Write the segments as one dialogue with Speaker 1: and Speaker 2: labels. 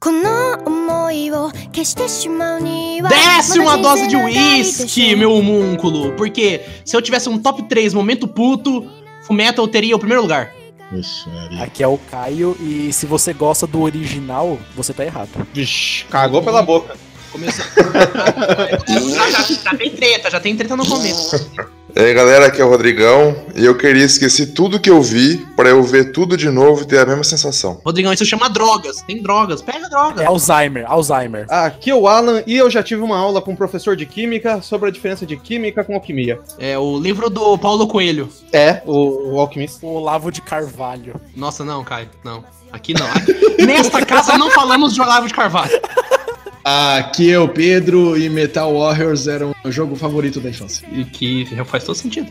Speaker 1: この思いを消してしまうには
Speaker 2: Desce uma
Speaker 1: まだ人
Speaker 2: dose de
Speaker 1: 生長いです
Speaker 2: uísque, meu homúnculo. Porque se eu tivesse um top 3 momento puto, Fumeta eu teria o primeiro lugar.
Speaker 3: Vixe, Maria.
Speaker 4: Aqui é o Caio e se você gosta do original, você tá errado.
Speaker 3: Vixe, cagou pela boca.
Speaker 2: Já, já- já tem treta, já tem treta no começo.
Speaker 5: E aí galera, aqui é o Rodrigão e eu queria esquecer tudo que eu vi pra eu ver tudo de novo e ter a mesma sensação.
Speaker 2: Rodrigão, isso chama drogas. Tem drogas, pega
Speaker 6: Tá.
Speaker 4: É
Speaker 2: drogas.
Speaker 4: Alzheimer, Alzheimer.
Speaker 3: Aqui é o Alan e eu já tive uma aula com um professor de química sobre a diferença de química com alquimia.
Speaker 2: É o livro do Paulo Coelho.
Speaker 3: É, o, o alquimista.
Speaker 4: O Olavo de Carvalho.
Speaker 2: Nossa, não, Caio, não. Aqui não. Aqui- nesta casa não falamos de Olavo de Carvalho.
Speaker 7: Aqui é o Pedro e Metal Warriors era o meu jogo favorito da infância.
Speaker 2: E que faz todo sentido.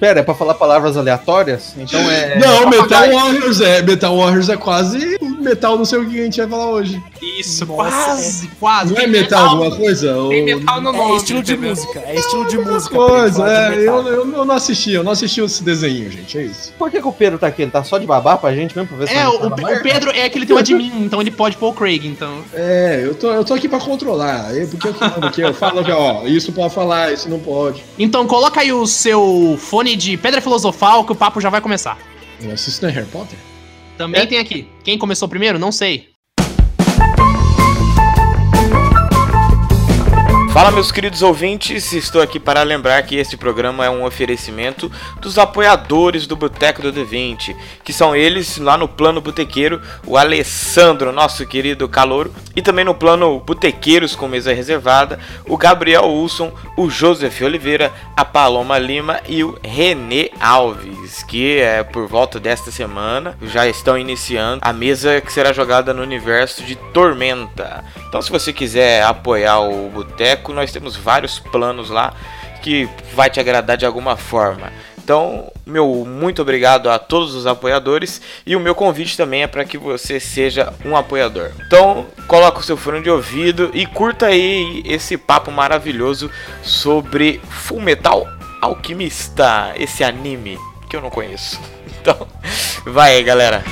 Speaker 3: Pera, é pra falar palavras aleatórias? Então é.
Speaker 7: não, Metal
Speaker 2: papagaio.
Speaker 7: Warriors é. Metal Warriors é quase o metal, não sei o que a gente vai falar hoje.
Speaker 2: Isso,
Speaker 4: Nossa,
Speaker 2: quase, quase.
Speaker 7: Não é
Speaker 2: Tem
Speaker 7: metal alguma coisa?
Speaker 2: Tem
Speaker 7: Ou-
Speaker 2: metal
Speaker 6: Tá
Speaker 2: no nome.
Speaker 4: É estilo de
Speaker 6: né?
Speaker 2: entendeu?
Speaker 4: música, é estilo de música. por
Speaker 7: Coisa,
Speaker 4: enquanto,
Speaker 7: é, eu,
Speaker 4: metal.
Speaker 7: eu, eu não assisti, eu não assisti esse desenho, gente, é isso.
Speaker 3: Por que, que o Pedro tá aqui? Ele tá só de babá pra gente mesmo? Pra ver se
Speaker 2: É,
Speaker 3: não
Speaker 2: o,
Speaker 3: tá
Speaker 2: o Pedro é que ele tem um admin, então ele pode pôr o Craig, então.
Speaker 7: É, eu tô, eu tô aqui pra controlar, é, porque eu que mando aqui, eu falo já, ó, isso pode falar, isso não pode.
Speaker 2: Então coloca aí o seu fone de pedra filosofal que o papo já vai começar.
Speaker 7: Eu assisto a Harry Potter.
Speaker 2: Também tem aqui. Quem começou primeiro? Não sei.
Speaker 8: Fala, meus queridos ouvintes, estou aqui para lembrar que este programa é um oferecimento dos apoiadores do Boteco do D20, que são eles lá no plano botequeiro, o Alessandro, nosso querido calouro, e também no plano botequeiros com mesa reservada, o Gabriel Wilson, o Joseph Oliveira, a Paloma Lima e o Renê Alves, que é por volta desta semana já estão iniciando a mesa que será jogada no universo de Tormenta. Então, se você quiser apoiar o Boteco, nós temos vários planos lá que vai te agradar de alguma forma. Então, meu muito obrigado a todos os apoiadores e o meu convite também é para que você seja um apoiador. Então, coloca o seu fone de ouvido e curta aí esse papo maravilhoso sobre Fullmetal Alquimista, esse anime que eu não conheço. Então, vai aí, galera.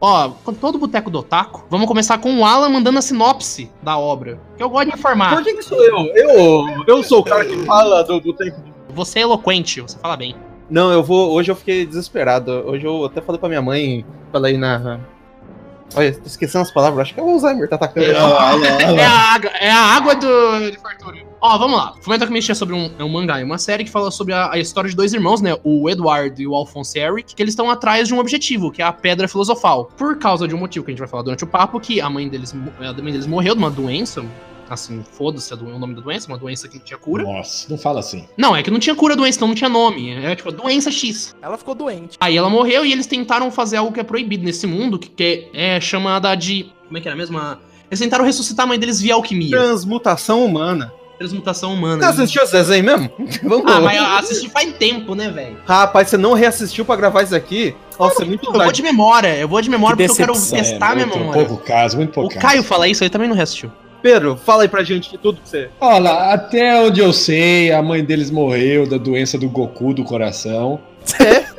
Speaker 2: Ó, com todo o boteco do Otaku, vamos começar com o Alan mandando a sinopse da obra. Que eu gosto de
Speaker 3: Por
Speaker 2: informar.
Speaker 3: que, que sou eu? eu? Eu sou o cara que fala do, do tempo.
Speaker 2: Você é eloquente, você fala bem.
Speaker 3: Não, eu vou. Hoje eu fiquei desesperado. Hoje eu até falei pra minha mãe. Falei na. Olha, tô esquecendo as palavras. Acho que é o Alzheimer tá atacando.
Speaker 2: É a água, é a água do, de Fartura. Ó, vamos lá. Fumento Alquimista é sobre um, é um mangá, é uma série que fala sobre a, a história de dois irmãos, né? O Edward e o Alphonse Eric, que eles estão atrás de um objetivo, que é a Pedra Filosofal. Por causa de um motivo que a gente vai falar durante o papo, que a mãe deles, mo- a mãe deles morreu de uma doença, assim, foda-se a do- o nome da doença, uma doença que não tinha cura.
Speaker 7: Nossa, não fala assim.
Speaker 2: Não, é que não tinha cura a doença, então não tinha nome. É tipo, doença X.
Speaker 4: Ela ficou doente.
Speaker 2: Aí ela morreu e eles tentaram fazer algo que é proibido nesse mundo, que, que é, é chamada de. Como é que era mesmo? A- Eles tentaram ressuscitar a mãe deles via alquimia.
Speaker 3: Transmutação humana.
Speaker 2: Transmutação
Speaker 3: Você tá
Speaker 2: humana. né?
Speaker 3: assistiu esse desenho mesmo? Vamos
Speaker 2: Ah, mas eu assisti faz tempo, né, velho?
Speaker 3: Rapaz, você não reassistiu pra gravar isso aqui? Nossa, é muito
Speaker 2: Eu vou
Speaker 3: tarde.
Speaker 2: de memória, eu vou de memória
Speaker 4: Que
Speaker 2: porque eu quero
Speaker 7: é,
Speaker 4: decepção,
Speaker 2: testar a minha
Speaker 7: muito
Speaker 2: memória.
Speaker 7: um pouco caso, muito pouco
Speaker 2: O Caio fala isso, ele também não reassistiu.
Speaker 3: Pedro, fala aí pra gente de tudo que você.
Speaker 7: Olha, até onde eu sei, a mãe deles morreu da doença do Goku do coração.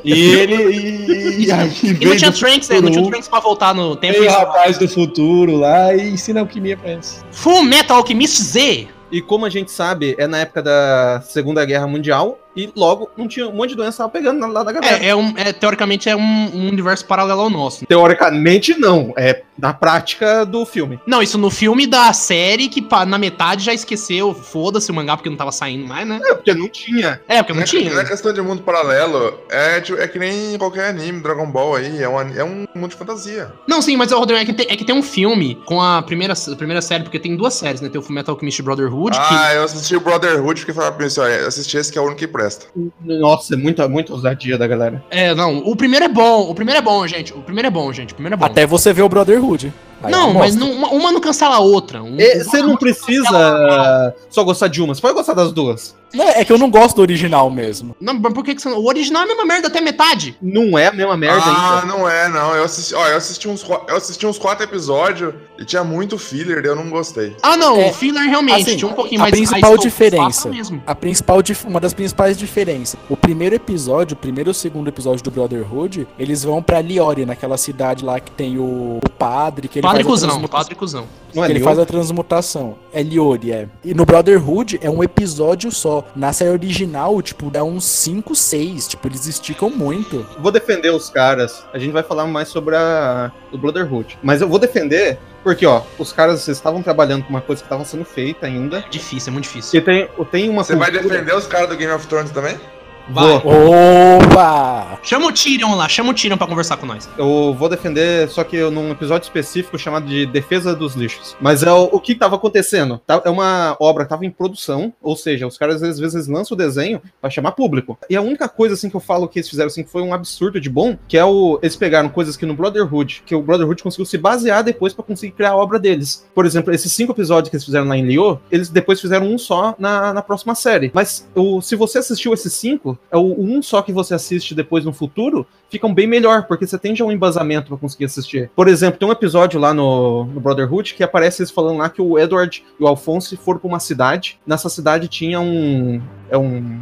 Speaker 7: E ele. E, e, aí
Speaker 2: E não
Speaker 7: vem
Speaker 2: tinha
Speaker 7: do
Speaker 2: Trunks, né? Não tinha
Speaker 7: futuro,
Speaker 2: Trunks pra voltar no tempo.
Speaker 7: vem o rapaz do futuro lá e ensina alquimia pra eles.
Speaker 2: Full Metal Alchemist Z!
Speaker 3: E como a gente sabe, é na época da Segunda Guerra Mundial. E logo não tinha um monte de doença que tava pegando lá da galera.
Speaker 2: É, é um, é, teoricamente é um, um universo paralelo ao nosso.
Speaker 3: Teoricamente não, é na prática do filme.
Speaker 2: Não, isso no filme da série que pá, na metade já esqueceu, foda-se o mangá porque não tava saindo mais, né?
Speaker 3: É, porque não tinha.
Speaker 2: É, porque
Speaker 5: Não
Speaker 2: não
Speaker 5: é, não é
Speaker 2: tinha.
Speaker 5: questão de mundo paralelo, é, tipo- é que nem qualquer anime, Dragon Ball aí, é um, ani- é um mundo de fantasia.
Speaker 2: Não, sim, mas, ô, Rodrigo, é que, tem, é que tem um filme com a primeira, a primeira série, porque tem duas séries, né? Tem o Fullmetal Alchemist Brotherhood,
Speaker 5: Ah, eu assisti o Brotherhood porque falava pra mim assim, olha, assisti esse que é o único que presta.
Speaker 3: Nossa, é muita, muita ousadia da galera.
Speaker 2: que... É, não, o primeiro é bom, o primeiro é bom, gente, o primeiro é bom, gente, o primeiro é bom.
Speaker 4: Até você ver o Brotherhood. Aí
Speaker 2: não,
Speaker 4: mostra.
Speaker 2: mas não- uma, uma não cancela a outra. Um-
Speaker 3: E É, Você não precisa ah, só gostar de uma, você pode gostar das duas.
Speaker 4: Não, é que eu não gosto do original mesmo.
Speaker 2: Não, mas por que que você... não- O original é a mesma merda até metade.
Speaker 3: Não é a mesma merda
Speaker 5: ah,
Speaker 3: ainda.
Speaker 5: não é, não. Eu assisti, ó, eu assisti uns, qua- eu assisti uns quatro episódios e tinha muito filler, eu não gostei.
Speaker 2: Ah, não,
Speaker 4: É,
Speaker 2: o filler realmente
Speaker 4: assim,
Speaker 2: tinha um pouquinho
Speaker 4: a
Speaker 2: mais...
Speaker 4: principal
Speaker 2: esto-
Speaker 4: diferença.
Speaker 2: faça mesmo.
Speaker 4: A principal, dif- uma das principais diferenças. O primeiro episódio, o primeiro e o segundo episódio do Brotherhood, eles vão pra Liori, naquela cidade lá que tem o, o padre, que ele
Speaker 2: Padre
Speaker 4: faz a
Speaker 2: Cusão,
Speaker 4: transmutação.
Speaker 2: Padre Cusão.
Speaker 3: Não é
Speaker 4: ele
Speaker 3: nenhum.
Speaker 4: faz a transmutação. É Liori, é. E no Brotherhood é um episódio só. Na série original, tipo, dá uns 5, 6. Tipo, eles esticam muito.
Speaker 3: Vou defender os caras. A gente vai falar mais sobre a do Brotherhood. Mas eu vou defender porque, ó, os caras estavam trabalhando com uma coisa que estava sendo feita ainda.
Speaker 2: Difícil, é muito difícil.
Speaker 3: E tem, tem uma
Speaker 5: Você vai
Speaker 3: cultura-
Speaker 5: defender os caras do Game of Thrones também?
Speaker 2: Vai.
Speaker 4: Opa!
Speaker 2: Chama o Tyrion lá, chama o Tyrion pra conversar com nós.
Speaker 3: Eu vou defender, só que num episódio específico chamado de Defesa dos Lixos. Mas é o, o que estava acontecendo. Tá- é uma obra que estava em produção, ou seja, os caras às vezes lançam o desenho para chamar público. E a única coisa assim que eu falo que eles fizeram assim que foi um absurdo de bom, que é o eles pegaram coisas que no Brotherhood, que o Brotherhood conseguiu se basear depois para conseguir criar a obra deles. Por exemplo, esses cinco episódios que eles fizeram lá em Lio, eles depois fizeram um só na, na próxima série. Mas o, se você assistiu esses cinco, é o, o um só que você assiste depois no futuro, ficam bem melhor, porque você tem já um embasamento pra conseguir assistir. Por exemplo, tem um episódio lá no, no Brotherhood que aparece eles falando lá que o Edward e o Alphonse foram pra uma cidade. Nessa cidade tinha um. É um.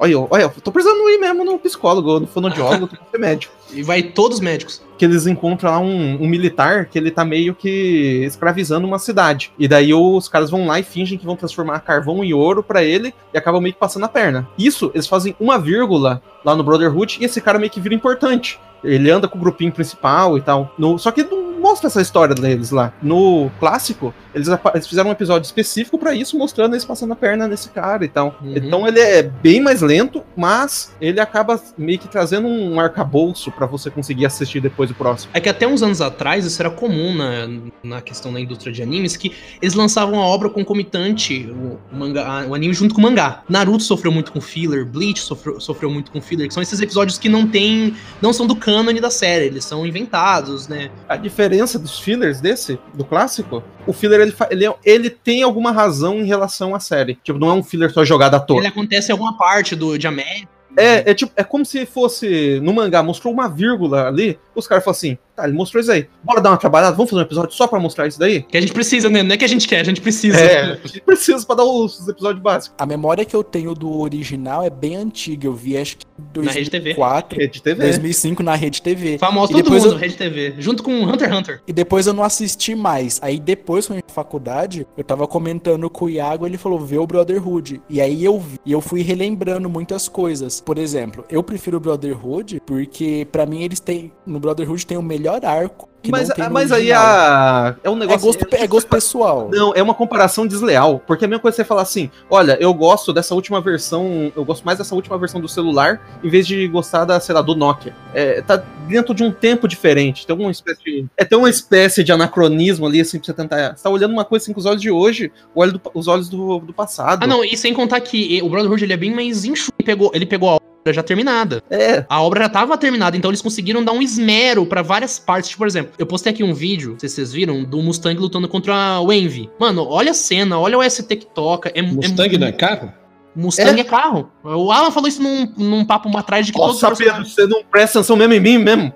Speaker 3: Olha, eu- olha, eu tô precisando ir mesmo no psicólogo, no fonoaudiólogo, tô com remédio
Speaker 2: E vai todos os médicos.
Speaker 3: que eles encontram lá um, um militar que ele tá meio que escravizando uma cidade. E daí os caras vão lá e fingem que vão transformar carvão em ouro pra ele e acabam meio que passando a perna. Isso, eles fazem uma vírgula lá no Brotherhood e esse cara meio que vira importante. Ele anda com o grupinho principal e tal. No- só que não mostra essa história deles lá. No clássico, eles, apa- eles fizeram um episódio específico pra isso, mostrando eles passando a perna nesse cara e tal.
Speaker 2: Uhum.
Speaker 3: Então ele é bem mais lento, mas ele acaba meio que trazendo um arcabouço pra você conseguir assistir depois o próximo.
Speaker 2: É que até uns anos atrás isso era comum na, na questão da indústria de animes, que eles lançavam a obra concomitante, o, o mangá- a- o anime junto com o mangá. Naruto sofreu muito com filler, Bleach sofreu, sofreu muito com filler, que são esses episódios que não tem. não são do cânone da série, eles são inventados, né?
Speaker 3: A diferença dos fillers desse, do clássico, o filler ele, fa- ele, é- ele tem alguma razão em relação à série. Tipo, não é um filler só jogado à toa.
Speaker 2: Ele é acontece em alguma parte do, de América.
Speaker 3: É, é, tipo, é como se fosse no mangá, mostrou uma vírgula ali, os caras falam assim: tá, ele mostrou isso aí, bora dar uma trabalhada, vamos fazer um episódio só pra mostrar isso daí?
Speaker 2: Que a gente precisa, né? Não é que a gente quer, a gente precisa.
Speaker 3: É, precisa pra dar os episódios básicos.
Speaker 4: A memória que eu tenho do original é bem antiga. Eu vi acho que em
Speaker 2: Na Rede TV.
Speaker 4: 2004,
Speaker 3: Rede TV.
Speaker 4: 2005 na Rede TV. E
Speaker 2: Famoso todo
Speaker 4: depois
Speaker 2: mundo,
Speaker 4: eu-
Speaker 2: Rede TV. Junto com Hunter x Hunter.
Speaker 4: E depois eu não assisti mais. Aí depois, quando eu ia na faculdade, eu tava comentando com o Iago, ele falou, vê o Brotherhood. E aí eu vi, e eu fui relembrando muitas coisas. Por exemplo, eu prefiro o Brotherhood porque pra mim eles têm, no Brotherhood tem o melhor arco. que
Speaker 3: Mas,
Speaker 4: não tem no
Speaker 3: mas aí
Speaker 4: original.
Speaker 3: a, é um
Speaker 4: É
Speaker 3: negócio.
Speaker 4: gosto, é gosto pessoal.
Speaker 3: Não, é uma comparação desleal. Porque é a mesma coisa que você falar assim: olha, eu gosto dessa última versão, eu gosto mais dessa última versão do celular, em vez de gostar da, sei lá, do Nokia. É, tá dentro de um tempo diferente. Tem uma espécie de, é, tem uma espécie de anacronismo ali, assim, pra você tentar. Você tá olhando uma coisa assim com os olhos de hoje, o olho do- os olhos do, do passado.
Speaker 2: Ah, não, e sem contar que eh, o Brotherhood ele é bem mais enxuto. Ele pegou, ele pegou a obra já terminada.
Speaker 3: É,
Speaker 2: A obra já tava terminada, então eles conseguiram dar um esmero pra várias partes. Tipo, por exemplo, eu postei aqui um vídeo, não sei se vocês viram, do Mustang lutando contra o Envy. Mano, olha a cena, olha o ST que toca. É,
Speaker 7: Mustang
Speaker 5: né?
Speaker 2: é,
Speaker 7: não é carro?
Speaker 2: Mustang é? carro. O Alan falou isso num, num papo atrás de que todos os
Speaker 3: nossa, Pedro,
Speaker 2: personagens-
Speaker 3: você não presta atenção mesmo em mim mesmo.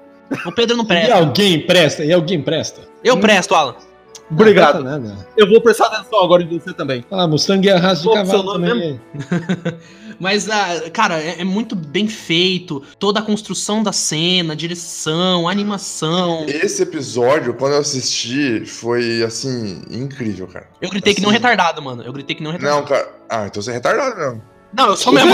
Speaker 2: O Pedro não
Speaker 7: E
Speaker 2: presta.
Speaker 7: alguém presta? E alguém presta?
Speaker 2: Eu presto, Alan.
Speaker 3: Obrigado.
Speaker 7: Não presta nada.
Speaker 3: Eu vou prestar atenção agora em você também.
Speaker 7: Ah, Mustang é a raça de
Speaker 3: Qual que é o seu
Speaker 7: cavalo
Speaker 3: nome
Speaker 7: também.
Speaker 2: Mas, ah, cara, é, é muito bem feito. Toda a construção da cena, direção, animação.
Speaker 5: Esse episódio, quando eu assisti, foi assim, incrível, cara.
Speaker 2: Eu gritei que não
Speaker 5: Assim,
Speaker 2: retardado, mano. Eu gritei que não retardado.
Speaker 5: Não, cara. Ah, então você é retardado, não.
Speaker 2: Não, eu sou mesmo.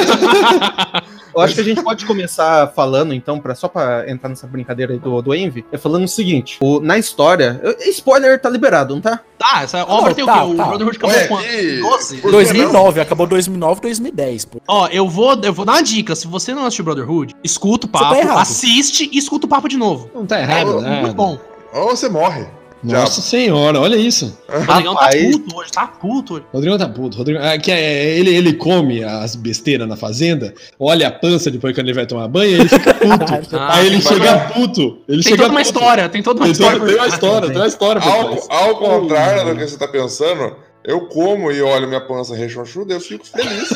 Speaker 3: Eu acho que a gente pode começar falando, então, pra, só pra entrar nessa brincadeira aí do, do Envy, é falando o seguinte: o- na história, eu- spoiler tá liberado, não tá?
Speaker 2: tá, essa obra
Speaker 4: Não,
Speaker 2: tem
Speaker 4: tá,
Speaker 2: o quê?
Speaker 4: tá.
Speaker 2: O Brotherhood acabou
Speaker 5: Ué,
Speaker 2: com
Speaker 5: e-
Speaker 2: 12?
Speaker 5: por que não?
Speaker 4: 2009, acabou 2009, 2010, pô.
Speaker 2: Ó, eu vou, eu vou dar uma dica. Se você não assistiu Brotherhood, escuta o
Speaker 4: Você tá
Speaker 2: papo,
Speaker 4: errado.
Speaker 2: assiste e escuta o papo de novo.
Speaker 7: Não tá
Speaker 2: É,
Speaker 7: errado, né?
Speaker 2: muito bom.
Speaker 5: Ou você morre.
Speaker 7: Nossa senhora, olha isso.
Speaker 2: O Rodrigão tá
Speaker 3: Rapaz.
Speaker 2: puto hoje, tá puto hoje.
Speaker 7: Rodrigo tá puto. Rodrigo, ah, que é- ele, ele come as besteiras na fazenda, olha a pança depois quando ele vai tomar banho, ele fica puto.
Speaker 2: Ah,
Speaker 7: Aí ele
Speaker 2: tem
Speaker 7: chega puto. Ele
Speaker 2: Tem
Speaker 7: chega
Speaker 2: toda uma
Speaker 7: puto.
Speaker 2: história, tem toda uma
Speaker 7: Tem
Speaker 2: história.
Speaker 7: toda- tem uma história, né? tem uma história por
Speaker 5: Ao,
Speaker 7: trás.
Speaker 5: ao contrário do que você tá pensando, eu como e olho minha pança rechonchuda, eu fico feliz.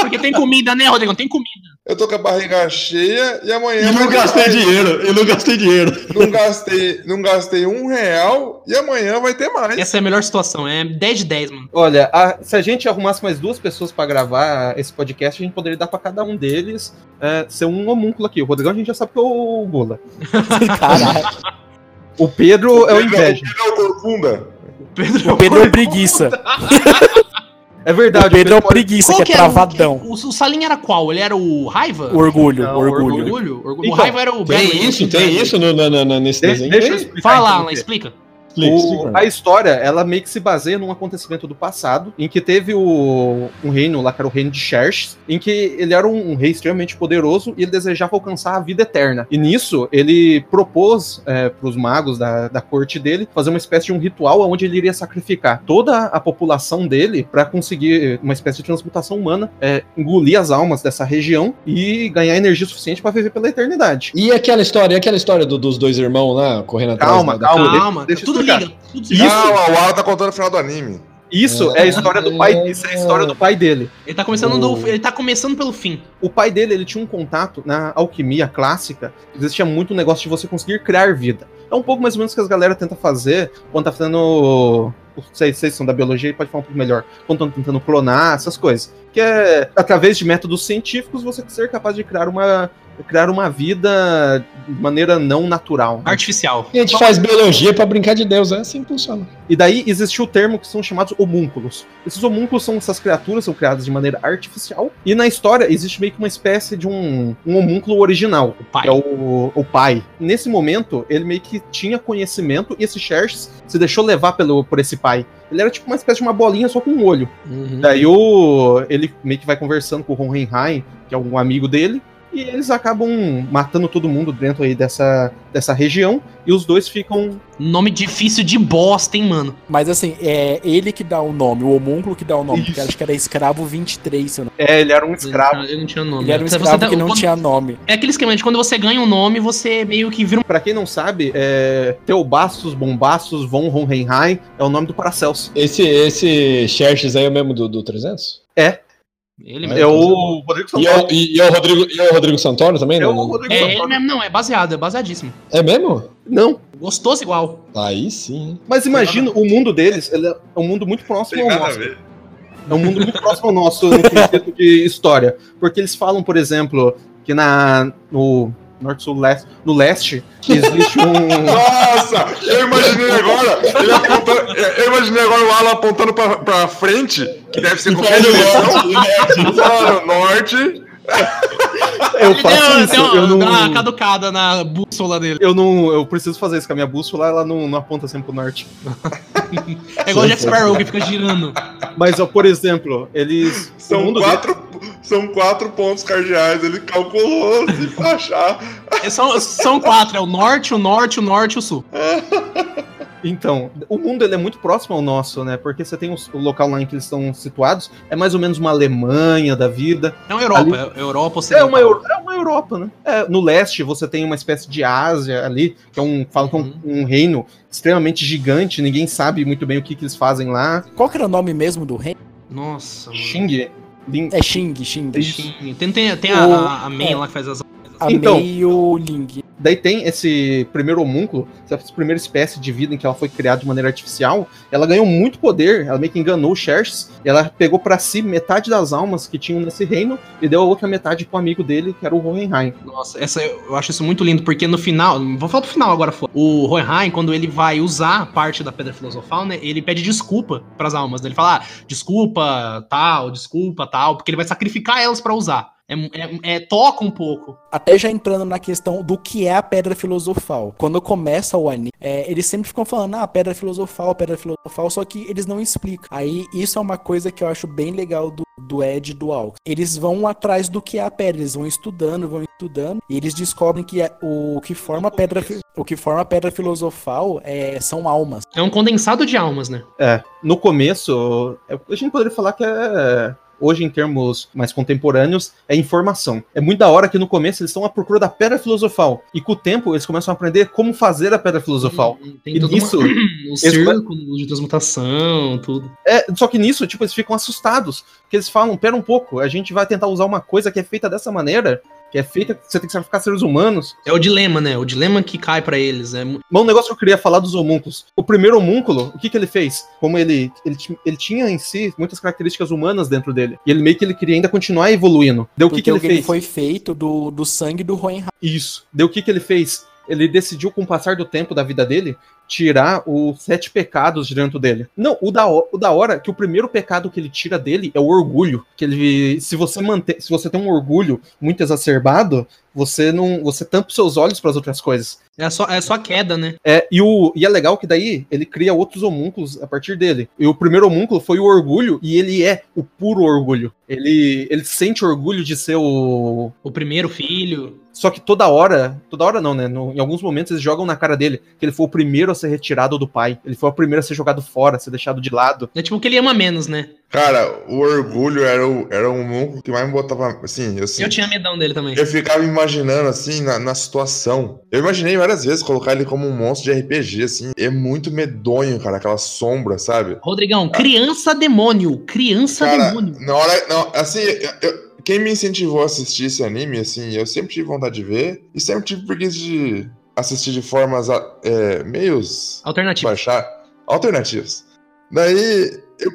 Speaker 2: Porque tem comida, né, Rodrigão? Tem comida.
Speaker 5: Eu tô com a barriga cheia e
Speaker 2: é
Speaker 5: amanhã.
Speaker 7: E não gastei dinheiro, e não gastei dinheiro.
Speaker 5: Não gastei, não gastei um real e amanhã vai ter mais.
Speaker 2: Essa é a melhor situação, é 10 de 10, mano.
Speaker 3: Olha, a- se a gente arrumasse mais duas pessoas pra gravar esse podcast, a gente poderia dar pra cada um deles é, ser um homúnculo aqui. O Rodrigão a gente já sabe que é o Bula.
Speaker 4: Caralho.
Speaker 3: O Pedro é o
Speaker 5: Pedro
Speaker 3: inveja.
Speaker 5: Pedro é o corcunda.
Speaker 4: O Pedro é o preguiça.
Speaker 3: É
Speaker 4: O
Speaker 3: verdade.
Speaker 4: Pedro é o
Speaker 3: pode-
Speaker 4: preguiça,
Speaker 2: Qual
Speaker 4: que é
Speaker 2: era o-
Speaker 4: travadão.
Speaker 2: O, o Salim era qual? Ele era o Raiva?
Speaker 4: O Orgulho,
Speaker 3: é? Não,
Speaker 4: o orgulho.
Speaker 3: orgulho.
Speaker 2: Orgulho? orgulho. o
Speaker 3: Então,
Speaker 2: Raiva era o Bradley.
Speaker 7: Tem isso, tem isso no, na- na- na- nesse
Speaker 3: De-
Speaker 7: desenho.
Speaker 3: Deixa eu explicar.
Speaker 2: Fala lá,
Speaker 3: então,
Speaker 2: Alan,
Speaker 3: o quê.
Speaker 2: explica.
Speaker 7: Explica,
Speaker 3: O-
Speaker 7: explica.
Speaker 3: a história, ela meio que se baseia num acontecimento do passado, em que teve o, um reino lá, que era o reino de Xerxes, em que ele era um, um rei extremamente poderoso e ele desejava alcançar a vida eterna. E nisso, ele propôs para os magos da, da corte dele fazer uma espécie de um ritual onde ele iria sacrificar toda a população dele para conseguir é, uma espécie de transmutação humana, é, engolir as almas dessa região e ganhar energia suficiente para viver pela eternidade.
Speaker 7: E aquela história, e aquela história do- dos dois irmãos lá correndo atrás?
Speaker 3: Calma,
Speaker 7: da-
Speaker 3: calma,
Speaker 2: Calma,
Speaker 3: deixa- deixa
Speaker 2: tudo
Speaker 3: eu explicar.
Speaker 2: liga. Tudo se
Speaker 5: Isso.
Speaker 2: liga.
Speaker 5: Ah, o Alan tá contando o final do anime.
Speaker 3: Isso é a história do pai, isso é a história do pai dele.
Speaker 2: Ele tá começando do- ele tá começando pelo fim.
Speaker 3: O pai dele, ele tinha um contato na alquimia clássica, existia muito um negócio de você conseguir criar vida. É um pouco mais ou menos o que as galera tenta fazer quando tá fazendo. Vocês, vocês são da biologia e pode falar um pouco melhor. Quando estão tentando clonar, essas coisas. Que é através de métodos científicos você ser capaz de criar uma, criar uma vida de maneira não natural. né?
Speaker 2: Artificial. Então,
Speaker 7: A gente faz biologia pra brincar de Deus, é assim que funciona.
Speaker 3: E daí existiu o termo que são chamados homúnculos. Esses homúnculos são essas criaturas, são criadas de maneira artificial. E na história existe meio que uma espécie de um, um homúnculo original.
Speaker 2: O pai.
Speaker 3: que é o, o pai. Nesse momento, ele meio que tinha conhecimento e esse Xerxes se deixou levar pelo, por esse pai. Ele era tipo uma espécie de uma bolinha só com um olho.
Speaker 4: Uhum.
Speaker 3: Daí o, ele meio que vai conversando com o Hohenheim, que é um amigo dele, e eles acabam matando todo mundo dentro aí dessa, dessa região, e os dois ficam...
Speaker 2: Nome difícil de bosta, hein, mano.
Speaker 4: Mas assim, é ele que dá o nome, o homúnculo que dá o nome,
Speaker 3: Isso.
Speaker 4: porque acho que era escravo 23, se eu não.
Speaker 3: É, ele era um escravo.
Speaker 2: Ele não tinha nome.
Speaker 4: Ele era um
Speaker 2: Você- tá você
Speaker 4: escravo
Speaker 2: dá-
Speaker 4: que não
Speaker 2: quando-
Speaker 4: tinha nome.
Speaker 2: É aquele esquema de quando você ganha um nome, você meio que vira um.
Speaker 3: Pra quem não sabe, é, Teobastos, Bombastos, Von Hohenheim é o nome do Paracelso.
Speaker 7: Esse, esse Xerxes aí é o mesmo do, do 300?
Speaker 2: Ele
Speaker 3: É o Rodrigo
Speaker 7: E é, o- e- e é o Rodrigo, e é o Rodrigo Santoro também?
Speaker 3: É
Speaker 7: não?
Speaker 3: o Rodrigo
Speaker 2: É
Speaker 3: Santoro.
Speaker 2: ele mesmo, não, é baseado, é baseadíssimo.
Speaker 7: É mesmo?
Speaker 3: Não,
Speaker 2: Gostoso igual.
Speaker 7: Aí sim. hein?
Speaker 3: mas imagina, o mundo deles ele é um mundo muito próximo
Speaker 5: Tem
Speaker 3: ao
Speaker 5: nada a
Speaker 3: nosso.
Speaker 5: ver.
Speaker 3: É um mundo muito próximo ao nosso no conceito de história. Porque eles falam, por exemplo, que na, no norte, sul, leste, no leste existe um.
Speaker 5: Nossa, eu imaginei agora. ele apontando- eu imaginei agora o Alan apontando pra, pra frente, que deve ser qualquer
Speaker 7: é
Speaker 5: direção. Fala no norte.
Speaker 3: eu
Speaker 2: Ele
Speaker 3: faço
Speaker 2: deu,
Speaker 3: isso,
Speaker 2: deu uma-
Speaker 3: eu não.
Speaker 2: deu uma caducada na bússola dele.
Speaker 3: Eu não. Eu preciso fazer isso com a minha bússola, ela não, não aponta sempre pro norte.
Speaker 2: É igual o Jack Sparrow que fica girando.
Speaker 3: Mas, ó, por exemplo, eles. o
Speaker 5: São
Speaker 3: mundo
Speaker 5: quatro, são quatro pontos cardeais. Ele calculou se pra achar.
Speaker 2: É, são, são quatro: é o norte, o norte, o norte e o sul.
Speaker 3: Então, o mundo ele é muito próximo ao nosso, né? Porque você tem os- o local lá em que eles estão situados, é mais ou menos uma Alemanha da vida.
Speaker 2: É uma Europa, é Europa
Speaker 3: É
Speaker 2: Ocidental.
Speaker 3: uma, Euro- é uma Europa, né? É, no leste você tem uma espécie de Ásia ali, que é um, falam que é um- um, reino extremamente gigante, ninguém sabe muito bem o que, que eles fazem lá.
Speaker 4: Qual que era o nome mesmo do rei?
Speaker 2: Nossa, mano.
Speaker 3: Xing, Lin-
Speaker 4: É Xing, Xing.
Speaker 2: Tem, tem, tem a, a, a May lá que faz as.
Speaker 4: A
Speaker 3: Então-
Speaker 4: Mei e o Ling.
Speaker 3: Daí tem esse primeiro homúnculo, essa primeira espécie de vida em que ela foi criada de maneira artificial. Ela ganhou muito poder, ela meio que enganou o Xerxes. Ela pegou pra si metade das almas que tinham nesse reino e deu a outra metade pro amigo dele, que era o Hohenheim.
Speaker 2: Nossa, essa, eu acho isso muito lindo, porque no final, vou falar do final agora, foda. o Hohenheim, quando ele vai usar a parte da Pedra Filosofal, né, ele pede desculpa pras almas, né? ele fala, ah, desculpa, tal, desculpa, tal, porque ele vai sacrificar elas pra usar. É, é- é- toca um pouco.
Speaker 4: Até já entrando na questão do que é a pedra filosofal. Quando começa o anime, é, eles sempre ficam falando, ah, pedra filosofal, pedra filosofal, só que eles não explicam. Aí isso é uma coisa que eu acho bem legal do, do Ed e do Alck. Eles vão atrás do que é a pedra, eles vão estudando, vão estudando, e eles descobrem que é- o, que forma a pedra, fi- o que forma a pedra filosofal é, são almas.
Speaker 2: É um condensado de almas, né?
Speaker 3: É, no começo, é, a gente poderia falar que é. Hoje, em termos mais contemporâneos, é informação. É muito da hora que no começo eles estão à procura da pedra filosofal. E com o tempo eles começam a aprender como fazer a pedra filosofal.
Speaker 2: Tem
Speaker 3: E
Speaker 2: todo
Speaker 3: nisso.
Speaker 2: um, um círculo de transmutação, tudo.
Speaker 3: É, só que nisso, tipo, eles ficam assustados. Porque eles falam, pera um pouco, a gente vai tentar usar uma coisa que é feita dessa maneira, que é feita, você tem que sacrificar seres humanos.
Speaker 2: É o dilema, né? O dilema que cai pra eles. É, mu-
Speaker 3: Mas um negócio que eu queria falar dos homúnculos. O primeiro homúnculo, o que, que ele fez? Como ele, ele, ti- ele tinha em si muitas características humanas dentro dele. E ele meio que ele queria ainda continuar evoluindo. Deu o que,
Speaker 4: porque
Speaker 3: que ele
Speaker 4: o que ele
Speaker 3: fez?
Speaker 4: foi feito do, do sangue do Hohenheim.
Speaker 3: Isso. Deu o que, que ele fez? Ele decidiu, com o passar do tempo da vida dele, tirar os sete pecados de dentro dele. Não, o da, ho- o da hora é que o primeiro pecado que ele tira dele é o orgulho. Que ele. Se você mantém. Se você tem um orgulho muito exacerbado, você não. Você tampa os seus olhos para as outras coisas.
Speaker 2: é, só, é só a queda, né?
Speaker 3: É, e, o, e é legal que daí ele cria outros homúnculos a partir dele. E o primeiro homúnculo foi o orgulho, e ele é o puro orgulho. Ele, ele sente orgulho de ser o,
Speaker 2: O primeiro filho.
Speaker 3: só que toda hora, toda hora não, né? No- em alguns momentos eles jogam na cara dele que ele foi o primeiro a ser retirado do pai. Ele foi o primeiro a ser jogado fora, a ser deixado de lado.
Speaker 2: É tipo que ele ama menos, né?
Speaker 5: Cara, o orgulho era o, era um mundo que mais me botava. Assim, eu,
Speaker 2: Eu
Speaker 5: senti-
Speaker 2: tinha medão dele também.
Speaker 5: eu ficava imaginando, assim, na, na situação. Eu imaginei várias vezes colocar ele como um monstro de RPG, assim. É muito medonho, cara, aquela sombra, sabe?
Speaker 2: Rodrigão, criança demônio. Criança
Speaker 5: Cara,
Speaker 2: demônio.
Speaker 5: na hora. Não, assim, eu- eu- quem me incentivou a assistir esse anime, assim, eu sempre tive vontade de ver e sempre tive preguiça de assistir de formas a- é, meios
Speaker 2: Alternativa.
Speaker 5: baixar alternativas. Daí, eu-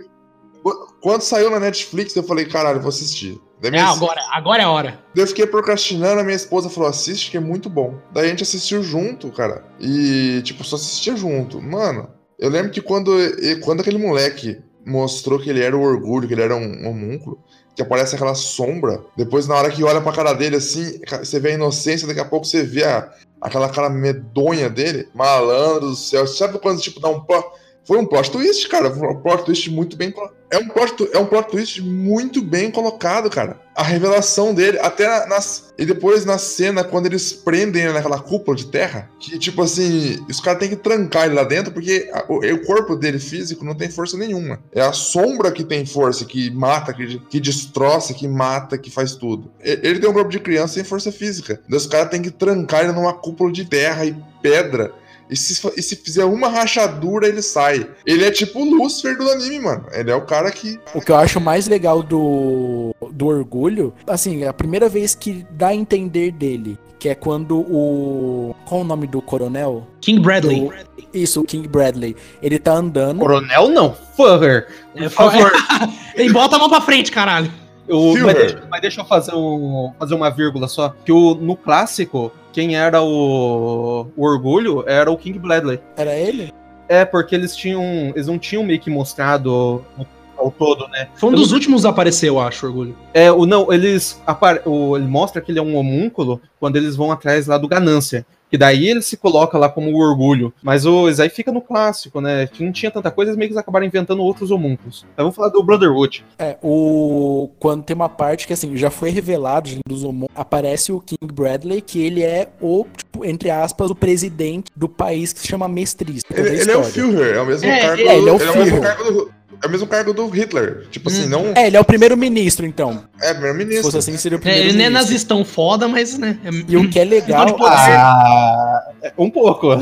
Speaker 5: quando saiu na Netflix, eu falei, caralho, vou assistir. Daí,
Speaker 2: É
Speaker 5: minha-
Speaker 2: agora, agora é a hora.
Speaker 5: daí eu fiquei procrastinando, a minha esposa falou, assiste que é muito bom. Daí a gente assistiu junto, cara. E, tipo, só assistia junto. Mano, eu lembro que quando, e- quando aquele moleque mostrou que ele era o orgulho, que ele era um homúnculo, que aparece aquela sombra, depois na hora que olha pra cara dele assim, ca- você vê a inocência, daqui a pouco você vê a, aquela cara medonha dele, malandro do céu. Sabe quando, tipo, dá um plot. Foi um plot twist, cara. Foi um plot twist muito bem. colo- É um plot, twi- é um plot twist muito bem colocado, cara. A revelação dele, até na- nas. E depois na cena, quando eles prendem ele naquela cúpula de terra, que tipo assim, os caras têm que trancar ele lá dentro, porque a- o, o corpo dele físico não tem força nenhuma. É a sombra que tem força, que mata, que, que destroça, que mata, que faz tudo. E- Ele tem um corpo de criança sem força física. Daí os caras têm que trancar ele numa cúpula de terra e pedra. E se, fa- e se fizer uma rachadura, ele sai. Ele é tipo o Lucifer do anime, mano. Ele é o cara que.
Speaker 4: O que eu acho mais legal do, do orgulho, assim, é a primeira vez que dá a entender dele, que é quando o. Qual o nome do coronel?
Speaker 2: King Bradley.
Speaker 4: Do- isso, o King Bradley. Ele tá andando.
Speaker 3: Coronel não, Furrer.
Speaker 2: É, por favor. Ele bota a mão pra frente, caralho.
Speaker 3: O-
Speaker 5: Furrer.
Speaker 3: mas, deixa, mas deixa eu fazer, um, fazer uma vírgula só. Que o, no clássico, quem era o, o orgulho era o King Bradley.
Speaker 4: Era ele?
Speaker 3: É, porque eles tinham. Eles não tinham meio que mostrado o- ao todo, né?
Speaker 2: Foi um
Speaker 3: Eu
Speaker 2: dos últimos a aparecer, eu acho, orgulho.
Speaker 3: É, o não, eles apar- o, ele mostra que ele é um homúnculo quando eles vão atrás lá do ganância. Que daí ele se coloca lá como o orgulho. Mas o, isso aí fica no clássico, né? Que não tinha tanta coisa, eles meio que eles acabaram inventando outros homúnculos. Mas vamos falar do Brotherhood.
Speaker 4: É, o. Quando tem uma parte que, assim, já foi revelado gente, dos homon, aparece o King Bradley, que ele é o, tipo, entre aspas, o presidente do país que se chama Mestriz. toda
Speaker 5: Ele,
Speaker 4: a
Speaker 5: ele é o
Speaker 4: história.
Speaker 5: Führer. É o mesmo
Speaker 2: É,
Speaker 5: cargo.
Speaker 2: é,
Speaker 4: ele é o
Speaker 5: o mesmo
Speaker 4: Führer.
Speaker 5: cargo do. É o mesmo cargo do Hitler. Tipo assim, não.
Speaker 4: É, ele é o primeiro-ministro, então.
Speaker 5: É
Speaker 4: Se
Speaker 5: primeiro-ministro.
Speaker 4: fosse assim, seria o
Speaker 2: É, ele
Speaker 4: primeiro-ministro.
Speaker 2: não é nazistão foda, mas, né? é-
Speaker 4: E o que é legal.
Speaker 2: Então, tipo,
Speaker 4: assim,
Speaker 3: Ah, É, Um pouco.
Speaker 2: Ah,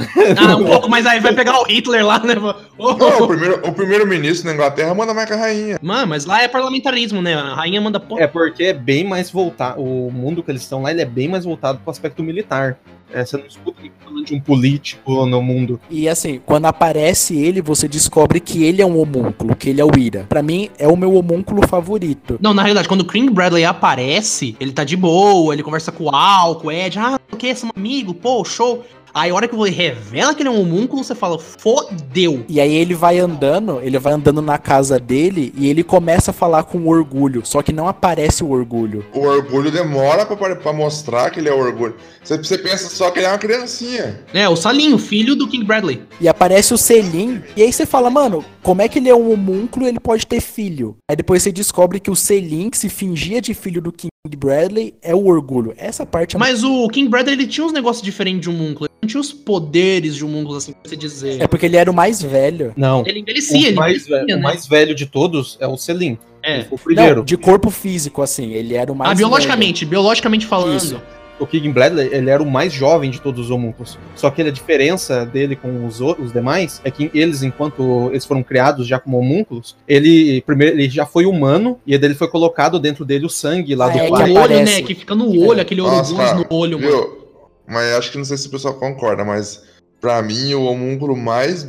Speaker 2: um pouco, mas aí vai pegar o Hitler lá, né? Ô,
Speaker 5: Não, o primeiro- o primeiro-ministro da Inglaterra manda mais que a rainha.
Speaker 2: Mano, mas lá é parlamentarismo, né? A rainha manda porra.
Speaker 3: É porque é bem mais voltado. O mundo que eles estão lá, ele é bem mais voltado pro aspecto militar. É, você não escuta ninguém falando de um político no mundo.
Speaker 4: E assim, quando aparece ele, você descobre que ele é um homúnculo, que ele é o Ira. Pra mim, é o meu homúnculo favorito.
Speaker 2: Não, na realidade, quando o Kring Bradley aparece, ele tá de boa, ele conversa com o Al, com o Ed, ah, o que, meu amigo, pô, show. Aí a hora que ele revela que ele é um homúnculo, você fala, fodeu.
Speaker 4: E aí ele vai andando, ele vai andando na casa dele e ele começa a falar com orgulho, só que não aparece o orgulho.
Speaker 5: O orgulho demora pra, pare- pra mostrar que ele é o orgulho. Você, você pensa só que ele é uma criancinha.
Speaker 2: É, o Salinho, filho do King Bradley.
Speaker 4: E aparece o Selim, e aí você fala, mano, como é que ele é um homúnculo e ele pode ter filho? Aí depois você descobre que o Selim, que se fingia de filho do King Bradley, é o orgulho. Essa parte é
Speaker 2: Mas o King Bradley, ele tinha uns negócios diferentes de um homúnculo. Ele não tinha os poderes de um homúnculo, assim, pra você dizer.
Speaker 4: É porque ele era o mais velho.
Speaker 3: Não.
Speaker 2: Ele envelhecia,
Speaker 3: o,
Speaker 2: ele
Speaker 3: mais
Speaker 2: envelhecia, né?
Speaker 3: velho, o mais velho de todos é o Selim.
Speaker 2: É.
Speaker 3: Ele foi O
Speaker 4: Não,
Speaker 3: primeiro.
Speaker 4: de corpo físico, assim, ele era o mais
Speaker 2: Ah, biologicamente, biologicamente falando.
Speaker 4: Isso.
Speaker 3: O King Bradley, ele era o mais jovem de todos os homúnculos. Só que ele- a diferença dele com os, o- os demais é que eles, enquanto eles foram criados já como homúnculos, ele primeiro ele já foi humano e dele foi colocado dentro dele o sangue lá
Speaker 4: Ah,
Speaker 3: do
Speaker 4: é,
Speaker 3: pai.
Speaker 2: O
Speaker 4: que
Speaker 2: olho,
Speaker 4: aparece.
Speaker 2: né? Que fica no olho, aquele olho
Speaker 5: Nossa, cara,
Speaker 2: no
Speaker 4: é
Speaker 2: olho,
Speaker 4: um
Speaker 2: mano.
Speaker 5: Viu? Mas acho que não sei se o pessoal concorda, mas pra mim o homúnculo mais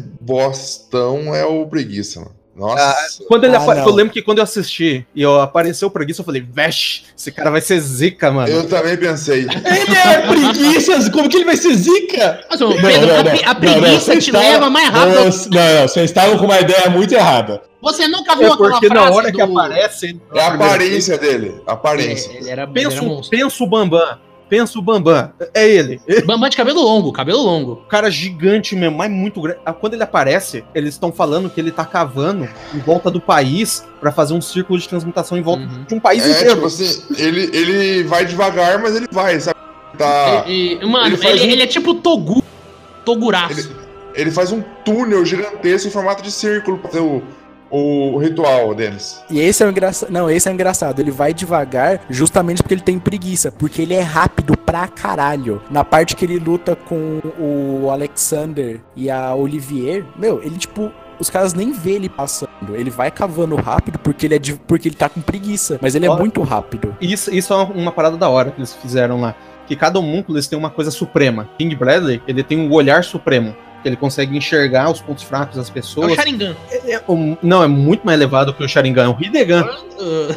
Speaker 5: bostão é o preguiça, mano. Nossa.
Speaker 3: Quando ele
Speaker 4: Ah,
Speaker 3: apa-
Speaker 4: não.
Speaker 3: Eu lembro que quando eu assisti e eu apareceu o preguiça, eu falei, vesh, esse cara vai ser zica, mano.
Speaker 5: eu também pensei.
Speaker 3: Ele é preguiça, como que ele vai ser zica?
Speaker 2: Mas, ô,
Speaker 7: Não,
Speaker 2: Pedro,
Speaker 7: não,
Speaker 2: a,
Speaker 7: não,
Speaker 2: pre- a
Speaker 7: não,
Speaker 2: preguiça
Speaker 7: não,
Speaker 2: te
Speaker 7: você tá-
Speaker 2: leva mais rápido.
Speaker 7: Não, não, não, vocês estavam com uma ideia muito errada.
Speaker 2: Você nunca viu
Speaker 3: É
Speaker 2: aquela
Speaker 3: porque
Speaker 2: frase
Speaker 3: na hora
Speaker 2: do...
Speaker 3: que aparece... ele-
Speaker 5: É a aparência dele. a Aparência.
Speaker 2: É, ele era, ele
Speaker 3: Pensa, um
Speaker 2: era
Speaker 3: o-
Speaker 2: monstro.
Speaker 3: pensa o Bambam, pensa o Bambam, é ele.
Speaker 2: Bambam de cabelo longo, cabelo longo.
Speaker 3: O cara gigante mesmo, mas muito grande. Ah, Quando ele aparece, eles estão falando que ele tá cavando em volta do país pra fazer um círculo de transmutação em volta
Speaker 2: Uhum.
Speaker 3: de um país
Speaker 5: É,
Speaker 3: inteiro.
Speaker 5: tipo assim, ele, ele vai devagar, mas ele vai, sabe? Tá.
Speaker 2: E- e, mano, ele,
Speaker 5: Ele
Speaker 2: é
Speaker 5: faz um-
Speaker 2: ele é tipo Togu. Toguraço.
Speaker 5: Ele faz um túnel gigantesco em formato de círculo pra fazer o, o ritual deles.
Speaker 4: E esse é o engraçado. Não, esse é o engraçado. Ele vai devagar justamente porque ele tem preguiça. Porque ele é rápido pra caralho. Na parte que ele luta com o Alexander e a Olivier, meu, ele tipo. Os caras nem vê ele passando. Ele vai cavando rápido porque ele é de- porque ele tá com preguiça. Mas ele é
Speaker 3: Olha.
Speaker 4: muito rápido.
Speaker 3: Isso, isso é uma- uma parada da hora que eles fizeram lá. Que cada homúnculo eles têm uma coisa suprema. King Bradley, ele tem um olhar supremo. Que ele consegue enxergar os pontos fracos das
Speaker 2: É o
Speaker 3: pessoas.
Speaker 2: Sharingan.
Speaker 3: É- é um- não, é muito mais elevado que o Sharingan, é o Hidegan.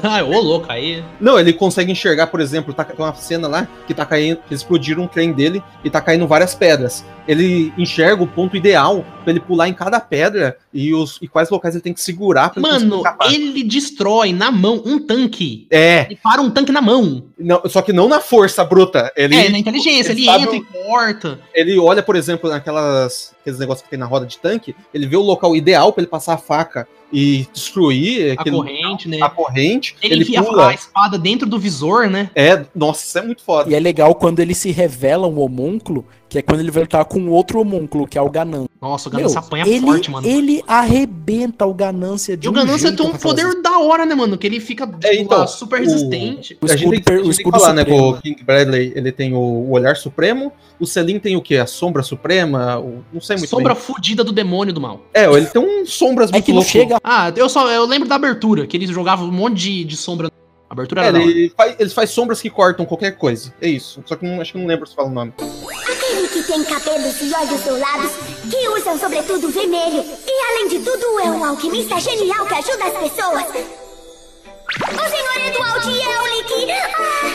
Speaker 2: Ah, ô louco aí.
Speaker 3: Não, ele consegue enxergar, por exemplo, tá, tem uma cena lá que tá caindo, que explodiram um trem dele e tá caindo várias pedras. Ele enxerga o ponto ideal pra ele pular em cada pedra e, os, e quais locais ele tem que segurar pra ele
Speaker 2: Mano,
Speaker 3: conseguir escapar.
Speaker 2: ele destrói na mão um tanque.
Speaker 3: É,
Speaker 2: Ele para um tanque na mão.
Speaker 3: não, só que não na força bruta. Ele,
Speaker 2: é, na inteligência.
Speaker 3: ele
Speaker 2: Ele,
Speaker 3: sabe
Speaker 2: entra
Speaker 3: o-
Speaker 2: e corta.
Speaker 3: ele olha, por exemplo, naquelas aqueles negócios que tem na roda de tanque, ele vê o local ideal pra ele passar a faca e destruir
Speaker 2: A
Speaker 3: aquele-
Speaker 2: corrente, né?
Speaker 3: a corrente.
Speaker 2: Ele, enfia a- a espada dentro do visor, né?
Speaker 3: É, nossa, isso é muito foda.
Speaker 4: E é legal quando ele se revela um homúnculo, que é quando ele vai lutar com outro homúnculo, que é o Ganância.
Speaker 2: Nossa, o
Speaker 4: Meu,
Speaker 2: Ganância apanha
Speaker 4: ele,
Speaker 2: forte, mano.
Speaker 4: ele arrebenta o Ganância de
Speaker 2: E o
Speaker 4: um
Speaker 2: Ganância
Speaker 4: jeito,
Speaker 2: tem um
Speaker 4: pra falar
Speaker 2: poder
Speaker 4: assim.
Speaker 2: da hora, né, mano? Que ele fica tipo, lá,
Speaker 3: então,
Speaker 2: super
Speaker 3: o-
Speaker 2: resistente.
Speaker 4: O
Speaker 3: a gente
Speaker 4: escudo,
Speaker 3: tem,
Speaker 4: per-
Speaker 3: a
Speaker 4: o um-
Speaker 3: gente tem que
Speaker 4: escudo
Speaker 3: falar, né, que
Speaker 4: supremo.
Speaker 3: o King Bradley, ele tem o, o olhar supremo, o Selim tem o quê? A sombra suprema? O- não sei é muito
Speaker 2: Sombra
Speaker 3: bem.
Speaker 2: fudida do demônio do mal.
Speaker 3: É, ele tem um sombras
Speaker 4: É que não
Speaker 3: louco.
Speaker 4: chega
Speaker 2: Ah, eu só eu lembro da abertura, que ele jogava um monte de, de sombra. A abertura
Speaker 3: É,
Speaker 2: era da hora.
Speaker 3: ele, faz, ele faz sombras que cortam qualquer coisa. É isso. Só que não, acho que não lembro se fala o nome.
Speaker 1: Aquele que tem cabelos e olhos dourados, que usam sobretudo vermelho, e além de tudo é um alquimista genial que ajuda as pessoas. O senhor Eduardo é Eulick!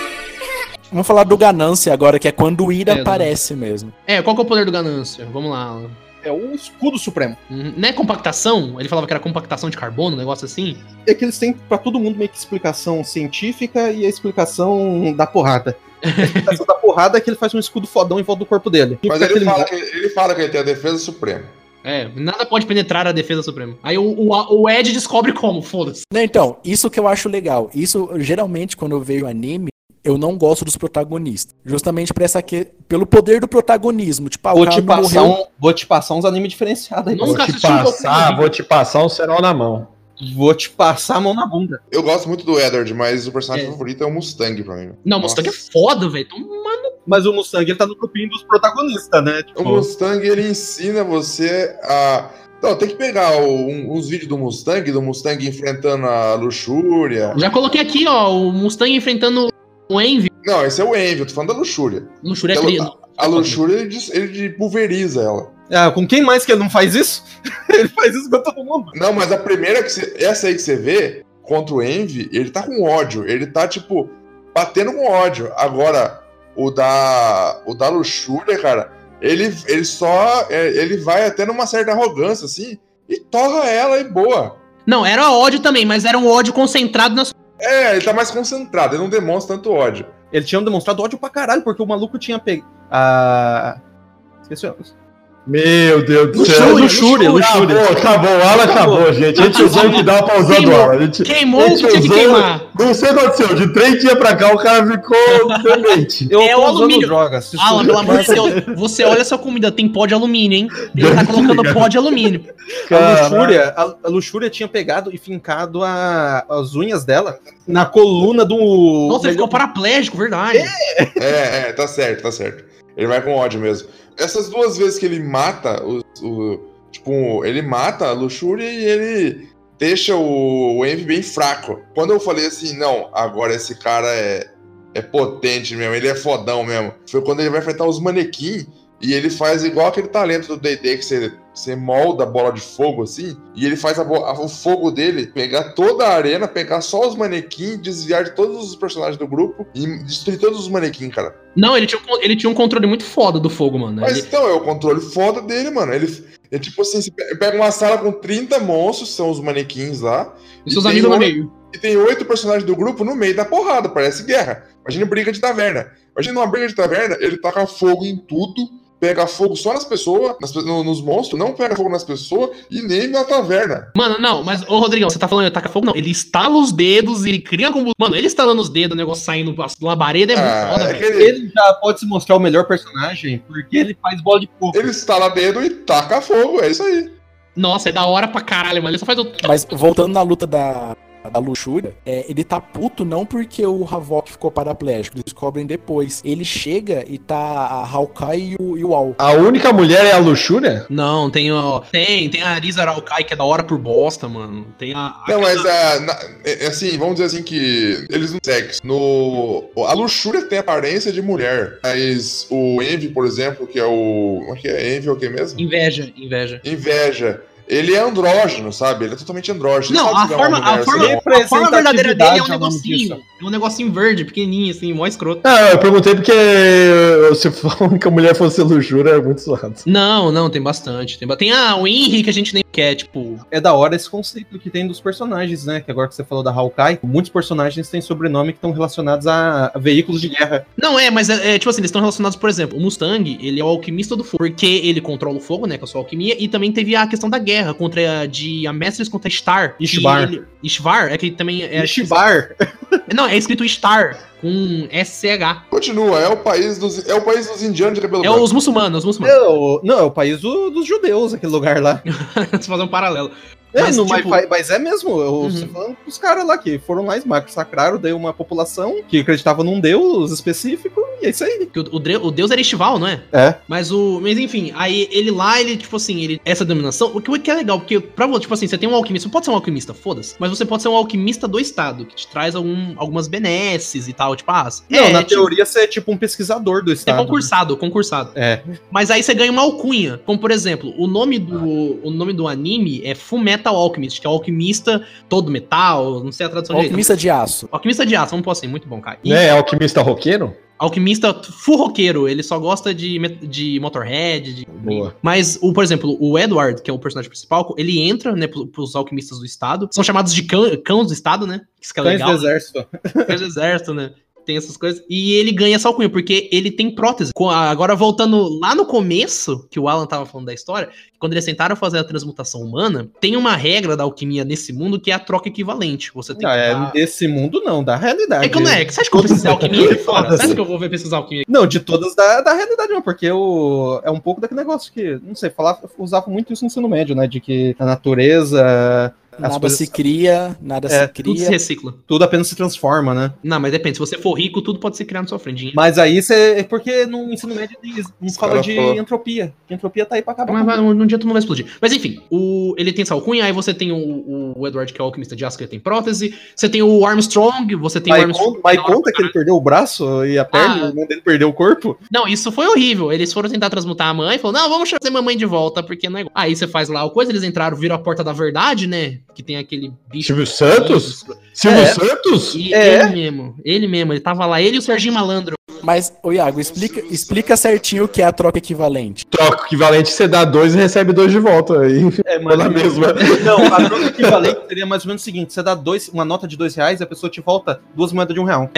Speaker 4: Vamos falar do ganância agora, que é quando o Ira
Speaker 2: É,
Speaker 4: aparece mesmo.
Speaker 2: É, qual que é o poder do ganância? Vamos lá. Alan.
Speaker 3: É o escudo supremo.
Speaker 2: Uhum. Não é compactação? Ele falava que era compactação de carbono, um negócio assim.
Speaker 3: É que eles têm pra todo mundo meio que explicação científica e a explicação da porrada. A explicação da porrada é que ele faz um escudo fodão em volta do corpo dele.
Speaker 5: Mas ele fala, que, ele fala que ele tem a defesa suprema.
Speaker 2: É, nada pode penetrar a defesa suprema. Aí o, o, o Ed descobre como, foda-se.
Speaker 4: Não, então, isso que eu acho legal. Isso, geralmente, quando eu vejo anime, eu não gosto dos protagonistas. Justamente por essa que... pelo poder do protagonismo. Tipo, ah, o
Speaker 3: Vou
Speaker 4: cara
Speaker 3: te,
Speaker 4: não
Speaker 3: passar
Speaker 4: morreu.
Speaker 3: um, vou te passar uns animes diferenciados aí.
Speaker 2: Não.
Speaker 3: Vou,
Speaker 2: Nunca
Speaker 7: vou te
Speaker 2: assisti um
Speaker 7: passar,
Speaker 2: Pokémon.
Speaker 7: vou te passar um serol na mão.
Speaker 3: vou te passar a mão na bunda.
Speaker 5: Eu gosto muito do Edward, mas o personagem
Speaker 2: É.
Speaker 5: favorito é o Mustang pra mim.
Speaker 2: Não,
Speaker 5: Nossa.
Speaker 2: Mustang é foda, velho. Toma no
Speaker 3: Mas o Mustang, ele tá no grupinho dos protagonistas, né?
Speaker 5: O
Speaker 3: Tipo,
Speaker 5: Mustang, ele ensina você a. Não, tem que pegar o- um- uns vídeos do Mustang, do Mustang enfrentando a luxúria.
Speaker 2: Já coloquei aqui, ó, o Mustang enfrentando o Envy.
Speaker 5: Não, esse é o Envy, eu tô falando da luxúria.
Speaker 2: No Shuri é
Speaker 5: Ela-
Speaker 2: cri- no-
Speaker 5: A luxúria, ele, des- ele pulveriza ela.
Speaker 3: ah, com quem mais que ele não faz isso? ele faz isso com todo mundo.
Speaker 5: Não, mas a primeira que você. Essa aí que você vê contra o Envy, ele tá com ódio. Ele tá, tipo, batendo com ódio. Agora, o da. O da luxúria, cara, ele, ele só. é, Ele vai até numa certa arrogância, assim, e torra ela e boa.
Speaker 2: Não, era ódio também, mas era um ódio concentrado na
Speaker 5: É, ele tá mais concentrado, ele não demonstra tanto ódio.
Speaker 3: Ele tinha demonstrado ódio pra caralho, porque o maluco tinha pegado. Ah. Esqueci o nome.
Speaker 7: Meu Deus do
Speaker 3: Luxúria,
Speaker 7: céu.
Speaker 3: luxúria, luxúria.
Speaker 7: Acabou, acabou, o Alan acabou, gente. A gente usou que dar uma pausada
Speaker 2: Queimou.
Speaker 7: do Alan. A gente-
Speaker 2: Queimou o que
Speaker 7: Ele
Speaker 2: tinha que
Speaker 7: usou-
Speaker 2: queimar.
Speaker 7: Não sei o que aconteceu. De três dias pra cá, o cara ficou demente.
Speaker 3: Eu
Speaker 2: É
Speaker 3: tô
Speaker 2: o
Speaker 3: usando
Speaker 2: alumínio.
Speaker 3: drogas.
Speaker 2: Alan,
Speaker 3: desculpa.
Speaker 2: pelo amor de Deus, você olha sua comida, tem pó de alumínio, hein? Ele tá colocando pó de alumínio.
Speaker 3: A
Speaker 7: Caralho.
Speaker 3: luxúria, a, a luxúria tinha pegado e fincado a- as unhas dela na coluna do.
Speaker 2: Nossa, ele
Speaker 3: melhor-
Speaker 2: ficou paraplégico, verdade.
Speaker 5: É, é, tá certo, tá certo. Ele vai com ódio mesmo. Essas duas vezes que ele mata o. o- tipo, ele mata a luxúria e ele deixa o, o Envy bem fraco. Quando eu falei assim, não, agora esse cara é, é potente mesmo, ele é fodão mesmo. Foi quando ele vai enfrentar os manequim e ele faz igual aquele talento do DD que você, você molda a bola de fogo assim, e ele faz a bo- a- o fogo dele pegar toda a arena, pegar só os manequim, desviar de todos os personagens do grupo e destruir todos os manequim, cara.
Speaker 2: Não, ele tinha, um con- ele tinha um controle muito foda do fogo, mano.
Speaker 5: Mas
Speaker 2: Ele,
Speaker 5: então, é o controle foda dele, mano. Ele é tipo assim: você pe- pega uma sala com 30 monstros, são os manequins lá,
Speaker 2: e seus
Speaker 5: tem
Speaker 2: amigos no
Speaker 5: um-
Speaker 2: meio.
Speaker 5: e tem oito personagens do grupo no meio da porrada, parece guerra. Imagina briga de taverna. Imagina uma briga de taverna, ele taca fogo em tudo, pega fogo só nas pessoas, nas pe- no- nos monstros, não pega fogo nas pessoas e nem na taverna.
Speaker 2: Mano, não, mas, ô Rodrigão, você tá falando ele taca fogo? Não, ele estala os dedos, ele cria como. Mano, ele estalando os dedos, o negócio saindo do labareda é muito
Speaker 5: Ah,
Speaker 2: foda,
Speaker 5: é
Speaker 2: velho.
Speaker 5: que ele,
Speaker 3: Ele já pode se mostrar o melhor personagem porque ele faz bola de fogo.
Speaker 5: ele estala dedo e taca fogo, é isso aí.
Speaker 2: Nossa, é da hora pra caralho, mano. Ele só faz o.
Speaker 3: um-
Speaker 4: Mas voltando na luta da, da luxúria, é, ele tá puto não porque o Havok ficou paraplégico, eles descobrem depois. Ele chega e tá a Hawkeye e o, e o Al.
Speaker 7: A única mulher é a luxúria?
Speaker 2: Não, tem, ó. Tem, tem a Arisa Araucai, que é da hora por bosta, mano. Tem a. a-
Speaker 5: Não, mas ah, na- é- é assim, vamos dizer assim que eles não sexo. No, a luxúria tem aparência de mulher, mas o Envy, por exemplo, que é o. Como é que é? Envy é o que mesmo?
Speaker 2: Inveja, inveja.
Speaker 5: Inveja. Ele é andrógeno, sabe? Ele é totalmente andrógeno. Ele
Speaker 2: Não,
Speaker 5: sabe
Speaker 2: a
Speaker 5: se ele é uma
Speaker 2: forma, a
Speaker 5: mulher, se ele é
Speaker 2: forma,
Speaker 5: um
Speaker 3: uma
Speaker 2: a forma verdadeira dele é um
Speaker 3: representatividade, é o nome
Speaker 2: negocinho. É um negocinho verde, pequenininho, assim, mó escroto.
Speaker 7: Ah, eu perguntei porque se a única mulher fosse luxúria, era muito suado.
Speaker 2: Não, não, tem bastante. Tem, ba- tem a, o Henry que a gente nem quer, tipo.
Speaker 3: É da hora esse conceito que tem dos personagens, né? Que agora que você falou da Hawkeye, muitos personagens têm sobrenome que estão relacionados a a veículos de guerra.
Speaker 2: Não, é, mas é, é, tipo assim, eles estão relacionados, por exemplo, o Mustang, ele é o alquimista do fogo, porque ele controla o fogo, né, com a sua alquimia, e também teve a questão da guerra contra a, de a Mestres contra Star. que
Speaker 3: Ishvar.
Speaker 2: ele- Ishvar, é que também é...
Speaker 3: Shibar.
Speaker 2: Não, é escrito Star, com SCH.
Speaker 5: Continua, é o país dos, é o país dos indianos de cabelo
Speaker 2: É
Speaker 5: branco.
Speaker 2: os muçulmanos, os muçulmanos.
Speaker 3: Não, não, é o país do- dos judeus, aquele lugar lá.
Speaker 2: Vamos fazer um paralelo.
Speaker 3: É,
Speaker 2: Mas,
Speaker 3: no- mas,
Speaker 2: tipo- Uhum.
Speaker 3: mas é mesmo. Eu, Você falando dos caras lá que foram lá e massacraram, daí uma população que acreditava num deus específico, e é isso aí.
Speaker 2: Porque o, o dre- o deus era Estival, não é?
Speaker 3: É.
Speaker 2: Mas o. Mas enfim, aí ele lá, ele, tipo assim, ele. Essa dominação. O que, o que é legal, porque, pra você, tipo assim, você tem um alquimista. Você pode ser um alquimista, foda-se. Mas você pode ser um alquimista do Estado, que te traz algum, algumas benesses e tal. Tipo, ah,
Speaker 3: Não,
Speaker 2: é,
Speaker 3: na
Speaker 2: tipo,
Speaker 3: teoria você é tipo um pesquisador do
Speaker 2: Você é
Speaker 3: estado.
Speaker 2: concursado, concursado.
Speaker 3: É.
Speaker 2: Mas aí você ganha uma alcunha. Como, por exemplo, o nome do,
Speaker 3: Ah.
Speaker 2: o nome do anime é Full Metal Alchemist, que é alquimista todo metal, não sei a
Speaker 3: Então,
Speaker 2: tradução direito.
Speaker 4: Alquimista de aço.
Speaker 2: Alquimista de aço, vamos pôr assim, muito bom, cara.
Speaker 3: Né?
Speaker 2: E
Speaker 7: É, alquimista roqueiro?
Speaker 2: Alquimista furroqueiro, ele só gosta de, met- de Motorhead. de-
Speaker 7: Boa.
Speaker 2: Mas, o, por exemplo, o Edward, que é o personagem principal, ele entra, né, pro- pros alquimistas do Estado. São chamados de cão, cãos do Estado, né? Isso que é
Speaker 3: Cães do
Speaker 2: legal. né?
Speaker 3: exército.
Speaker 2: Cães do exército, né? Tem essas coisas. E ele ganha essa alcunha, porque ele tem prótese. Co- Agora, voltando lá no começo, que o Alan tava falando da história, quando eles tentaram fazer a transmutação humana, tem uma regra da alquimia nesse mundo que é a troca equivalente. Você tem
Speaker 3: Não,
Speaker 2: que.
Speaker 3: é
Speaker 2: dar-
Speaker 3: desse mundo não, da realidade.
Speaker 2: É que eu não é. Você acha que eu vou pesquisar alquimia aqui fora? Você
Speaker 3: Foda-se.
Speaker 2: acha que eu vou ver pesquisar alquimia
Speaker 3: Não, de todas da, da realidade não, porque o, é um pouco daquele negócio que, não sei, falava, usava muito isso no ensino médio, né? De que a natureza as
Speaker 4: nada
Speaker 3: coisas-
Speaker 4: se cria, nada
Speaker 3: É,
Speaker 4: se
Speaker 2: Tudo se
Speaker 4: cria.
Speaker 2: recicla.
Speaker 3: Tudo apenas se transforma, né?
Speaker 2: Não, mas depende. Se você for rico, tudo pode ser criado na sua frente. dinheiro.
Speaker 3: Mas aí você. É porque no ensino médio eles não fala
Speaker 5: cara
Speaker 3: de
Speaker 5: fala-
Speaker 3: entropia. Entropia tá aí pra acabar.
Speaker 2: Mas vai, um, um dia tu não vai explodir. Mas enfim, o, ele tem essa alcunha, aí você tem o, o Edward, que é o alquimista de aço, que ele tem prótese. Você tem o Armstrong, você tem o
Speaker 3: Mas
Speaker 2: Armstrong.
Speaker 3: conta, mas conta que ele perdeu o braço e a perna,
Speaker 2: Ah.
Speaker 3: o irmão dele perdeu o corpo.
Speaker 2: Não, isso foi horrível. Eles foram tentar transmutar a mãe e falou: não, vamos trazer mamãe de volta, porque não é igual. Aí você faz lá o coisa, eles entraram, viram a porta da verdade, né? Que tem aquele bicho.
Speaker 7: Silvio Santos? Silvio Santos?
Speaker 2: E
Speaker 3: É.
Speaker 2: ele mesmo, ele mesmo, ele tava lá, ele e o Serginho Malandro.
Speaker 4: Mas, ô Iago, explica, explica certinho o que é a troca equivalente.
Speaker 7: Troca equivalente, você dá dois e recebe dois de volta. Aí
Speaker 3: É,
Speaker 7: ficou na mesma.
Speaker 3: Não, a troca equivalente seria mais ou menos o seguinte: você dá dois, uma nota de dois reais e a pessoa te volta duas moedas de um real.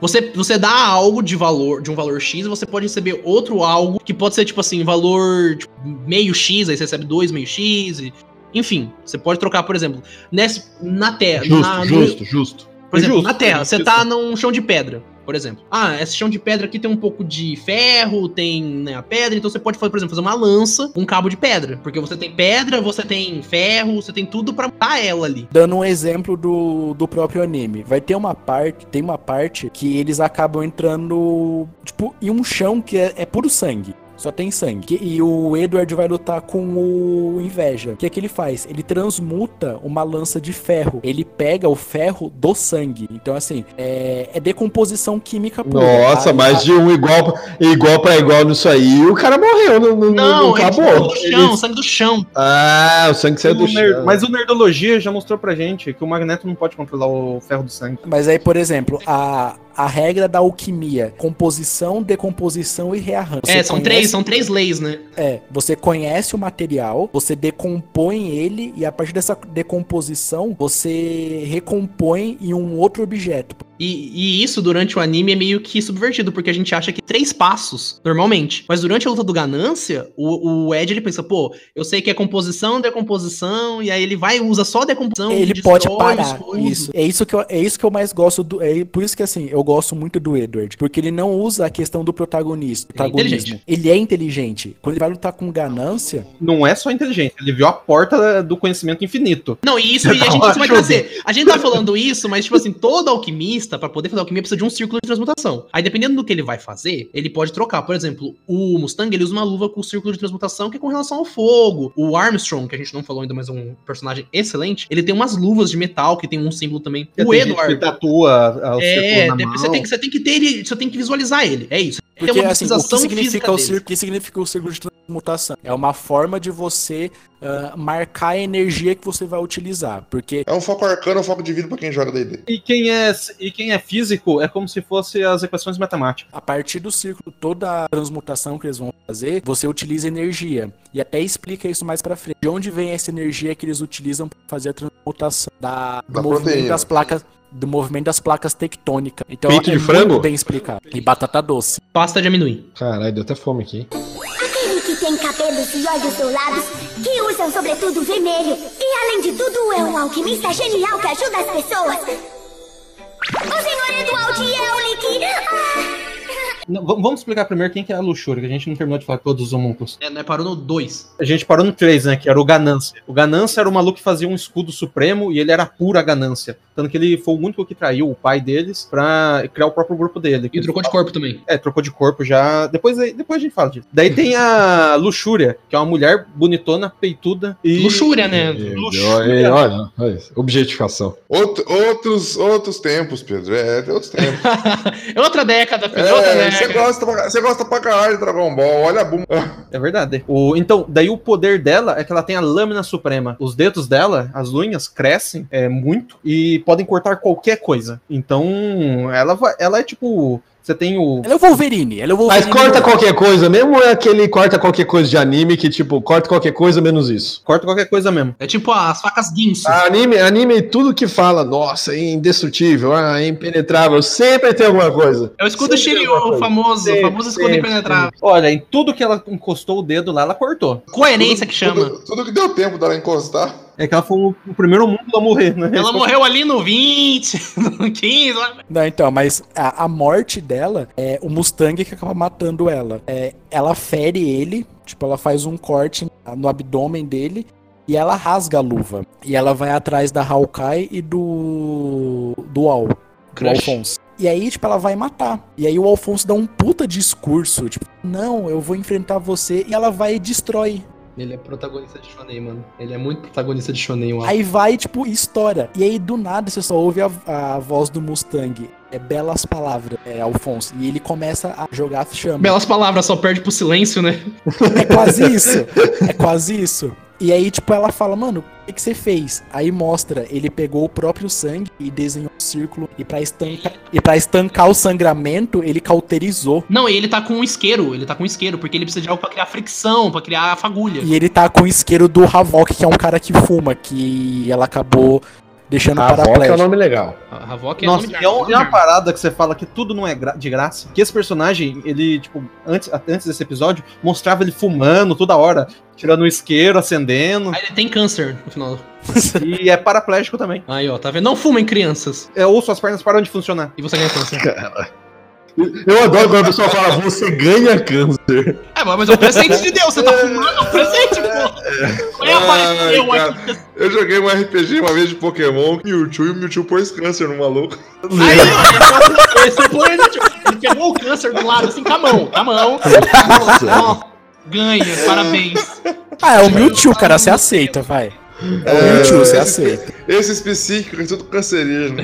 Speaker 2: Você, você dá algo de valor, de um valor X, e você pode receber outro algo que pode ser tipo assim, valor tipo, meio X, aí você recebe dois meio X, e- enfim, você pode trocar, por exemplo, nessa, na Terra, na, no-
Speaker 7: justo.
Speaker 2: por exemplo,
Speaker 3: Justo,
Speaker 2: na Terra, você
Speaker 3: justo.
Speaker 2: tá num chão de pedra, por exemplo. Ah, esse chão de pedra aqui tem um pouco de ferro, tem né, a pedra, então você pode, fazer, por exemplo, fazer uma lança com um cabo de pedra, porque você tem pedra, você tem ferro, você tem tudo pra matar ela ali.
Speaker 4: Dando um exemplo do, do próprio anime. Vai ter uma parte, tem uma parte que eles acabam entrando, tipo, em um chão que é, é puro sangue. Só tem sangue. E o Edward vai lutar com o Inveja. O que é que ele faz? Ele transmuta uma lança de ferro. Ele pega o ferro do sangue. Então, assim, é, é decomposição química pura.
Speaker 7: Nossa,
Speaker 4: A-
Speaker 7: mais
Speaker 4: a-
Speaker 7: de um igual, igual pra igual nisso aí. E o cara morreu, não, não, não,
Speaker 2: Não, é tipo sangue
Speaker 7: acabou.
Speaker 2: do chão,
Speaker 7: Ele-
Speaker 2: sangue do chão.
Speaker 7: Ah, o sangue saiu do
Speaker 3: O ner-
Speaker 7: chão.
Speaker 3: Mas o Nerdologia já mostrou pra gente que o Magneto não pode controlar o ferro do sangue.
Speaker 4: Mas aí, por exemplo, a, a regra da alquimia: composição, decomposição e rearranjo.
Speaker 2: é,
Speaker 4: Você
Speaker 2: são
Speaker 4: conhece-
Speaker 2: três, são três leis, né?
Speaker 4: É, você conhece o material, você decompõe ele e a partir dessa decomposição você recompõe em um outro objeto.
Speaker 2: E, e isso durante o anime é meio que subvertido, porque a gente acha que três passos, normalmente. Mas durante a luta do ganância, o, o Ed ele pensa, pô, eu sei que é composição, decomposição, e aí ele vai e usa só a decomposição.
Speaker 4: ele
Speaker 2: destrói
Speaker 4: pode
Speaker 2: o
Speaker 4: parar.
Speaker 2: escudo.
Speaker 4: Isso. É isso que eu, é isso que eu mais gosto do. É por isso que assim, eu gosto muito do Edward. Porque ele não usa a questão do protagonista.
Speaker 2: Ele é inteligente.
Speaker 4: protagonismo. Ele é inteligente. Quando ele vai lutar com ganância,
Speaker 3: Não é só inteligente, ele viu a porta do conhecimento infinito.
Speaker 2: Não, e isso e a gente isso vai trazer. A gente tá falando isso, mas, tipo assim, todo alquimista, pra poder fazer alquimia, precisa de um círculo de transmutação. Aí, dependendo do que ele vai fazer, ele pode trocar. Por exemplo, o Mustang, ele usa uma luva com círculo de transmutação que é com relação ao fogo. O Armstrong, que a gente não falou ainda, mas é um personagem excelente, ele tem umas luvas de metal que tem um símbolo também. o
Speaker 3: Tem gente que
Speaker 2: Edward.
Speaker 3: tatua ah, o
Speaker 2: É,
Speaker 3: círculo na
Speaker 2: depois você
Speaker 3: mão.
Speaker 2: tem, que, você tem que ter ele, você tem que visualizar ele. É isso. Tem
Speaker 4: Porque assim, o que
Speaker 2: física
Speaker 4: significa o,
Speaker 2: dele.
Speaker 4: círculo, o que significa o círculo de transmutação? É uma forma de você ah, marcar a energia que você vai utilizar. Porque
Speaker 5: É um foco arcano, um foco de vida pra quem joga D&D.
Speaker 3: E quem, é, e quem é físico é como se fosse as equações matemáticas.
Speaker 4: a partir do círculo, toda a transmutação que eles vão fazer, você utiliza energia. E até explica isso mais pra frente. De onde vem essa energia que eles utilizam pra fazer a transmutação da, do
Speaker 5: Da
Speaker 4: movimento
Speaker 5: proteína.
Speaker 4: das placas do movimento das placas tectônicas. Então
Speaker 7: Peito
Speaker 4: é
Speaker 7: de frango?
Speaker 4: muito bem explicado. E batata doce.
Speaker 2: Pasta de amendoim.
Speaker 7: Caralho, deu até fome aqui.
Speaker 1: Aquele que tem cabelos e olhos dourados, que usam sobretudo vermelho, e além de tudo é um alquimista genial que ajuda as pessoas. O senhor Eduardo é Yeuli que... Ah!
Speaker 3: Não, v- vamos explicar primeiro quem que é a luxúria, que a gente não terminou de falar todos os homúnculos.
Speaker 2: É, né, parou no 2.
Speaker 3: A gente parou no 3, né? Que era o Ganância. O Ganância era o maluco que fazia um escudo supremo e ele era pura ganância. Tanto que ele foi o único que traiu o pai deles pra criar o próprio grupo dele.
Speaker 2: E trocou de corpo também.
Speaker 3: É, trocou de corpo já. Depois, aí- depois a gente fala disso. Daí tem a Luxúria, que é uma mulher bonitona, peituda e.
Speaker 2: Luxúria, né?
Speaker 3: É, Luxúria.
Speaker 7: Olha, olha, olha isso. Objetificação.
Speaker 5: Outro- outros, outros tempos, Pedro. É, é outros tempos.
Speaker 2: é outra década, filho. É, outra
Speaker 5: É, você
Speaker 2: década.
Speaker 5: gosta, pra- você gosta pra caralho de Dragon Ball. Olha a bunda.
Speaker 3: É verdade. O, então, daí o poder dela é que ela tem a lâmina suprema. Os dedos dela, as unhas, crescem é, muito e podem cortar qualquer coisa. Então, ela, vai- ela é tipo. Você tem o.
Speaker 4: Ela é o Wolverine. Ela é o
Speaker 7: Mas
Speaker 4: Wolverine.
Speaker 7: corta qualquer coisa mesmo ou é aquele corta qualquer coisa de anime que, tipo, corta qualquer coisa menos isso?
Speaker 3: Corta qualquer coisa mesmo.
Speaker 2: É tipo as facas guinso.
Speaker 3: Ah,
Speaker 7: A Anime, anime e tudo que fala, nossa, é indestrutível, ah, é impenetrável, sempre tem alguma coisa.
Speaker 2: É o escudo
Speaker 7: Sempre tem
Speaker 2: Shiryu,
Speaker 7: alguma
Speaker 2: o
Speaker 7: coisa.
Speaker 2: famoso, o
Speaker 7: Sempre,
Speaker 2: famoso escudo
Speaker 7: sempre,
Speaker 2: impenetrável.
Speaker 3: Olha, em tudo que ela encostou o dedo lá, ela cortou.
Speaker 2: Coerência É que chama.
Speaker 5: Tudo, tudo que deu tempo dela encostar.
Speaker 3: É que ela foi o, o primeiro mundo a morrer, né?
Speaker 2: Ela morreu ali no 20, no 15. lá.
Speaker 4: Não, então, mas a, a morte dela é o Mustang que acaba matando ela. É, ela fere ele, tipo, ela faz um corte no abdômen dele. E ela rasga a luva. E ela vai atrás da Hawkeye e do. do Al. Do
Speaker 9: Crush.
Speaker 4: Alphonse. E aí, tipo, ela vai matar. E aí o Alphonse dá um puta discurso. Tipo, não, eu vou enfrentar você. E ela vai e destrói.
Speaker 2: Ele é protagonista de Shonen, mano. Ele é muito protagonista de Shonen, mano.
Speaker 4: Aí vai, tipo, e estoura. E aí, do nada, você só ouve a, a voz do Mustang. É belas palavras, é Alphonse. E ele começa a jogar chama.
Speaker 2: Belas palavras, só perde pro silêncio, né?
Speaker 4: É quase isso. É quase isso. E aí, tipo, ela fala, mano, o que, que você fez? Aí mostra, ele pegou o próprio sangue e desenhou um círculo. E pra, estancar, e pra estancar o sangramento, ele cauterizou.
Speaker 2: Não, e ele tá com um isqueiro, ele tá com um isqueiro, porque ele precisa de algo pra criar fricção, pra criar fagulha.
Speaker 4: E ele tá com o isqueiro do Havok, que é um cara que fuma, que ela acabou deixando
Speaker 7: A Voca é um
Speaker 4: paraplégico.
Speaker 7: nome legal.
Speaker 2: A Havok é
Speaker 3: Nossa,
Speaker 2: nome de
Speaker 3: é, um-
Speaker 2: arma,
Speaker 3: é uma
Speaker 2: arma.
Speaker 3: parada que você fala que tudo não é gra- de graça. Que esse personagem, ele, tipo, antes, até antes desse episódio, mostrava ele fumando toda hora, tirando o isqueiro, acendendo.
Speaker 2: Aí ele tem câncer no final.
Speaker 3: e é paraplégico também.
Speaker 2: Aí, ó, tá vendo? Não fumem crianças.
Speaker 3: É, ou suas pernas param de funcionar.
Speaker 2: E você ganha câncer.
Speaker 10: Eu adoro quando a pessoa fala, você ganha câncer.
Speaker 2: É, mas é um presente de Deus, você tá fumando, é um presente, pô. Aí um apareceu
Speaker 5: Ai,
Speaker 2: aqui.
Speaker 5: Eu joguei um RPG uma vez de Pokémon com Mewtwo e o Mewtwo pôs câncer no maluco.
Speaker 2: Aí, ó, esse é o plano, tipo, ele pegou o câncer do lado, assim, com a mão, com a mão. Ó, ganha, parabéns.
Speaker 4: Ah, é o Mewtwo, cara, você aceita, vai. É o Mewtwo, você aceita.
Speaker 5: Esses psíquicos, é tudo cancerígeno.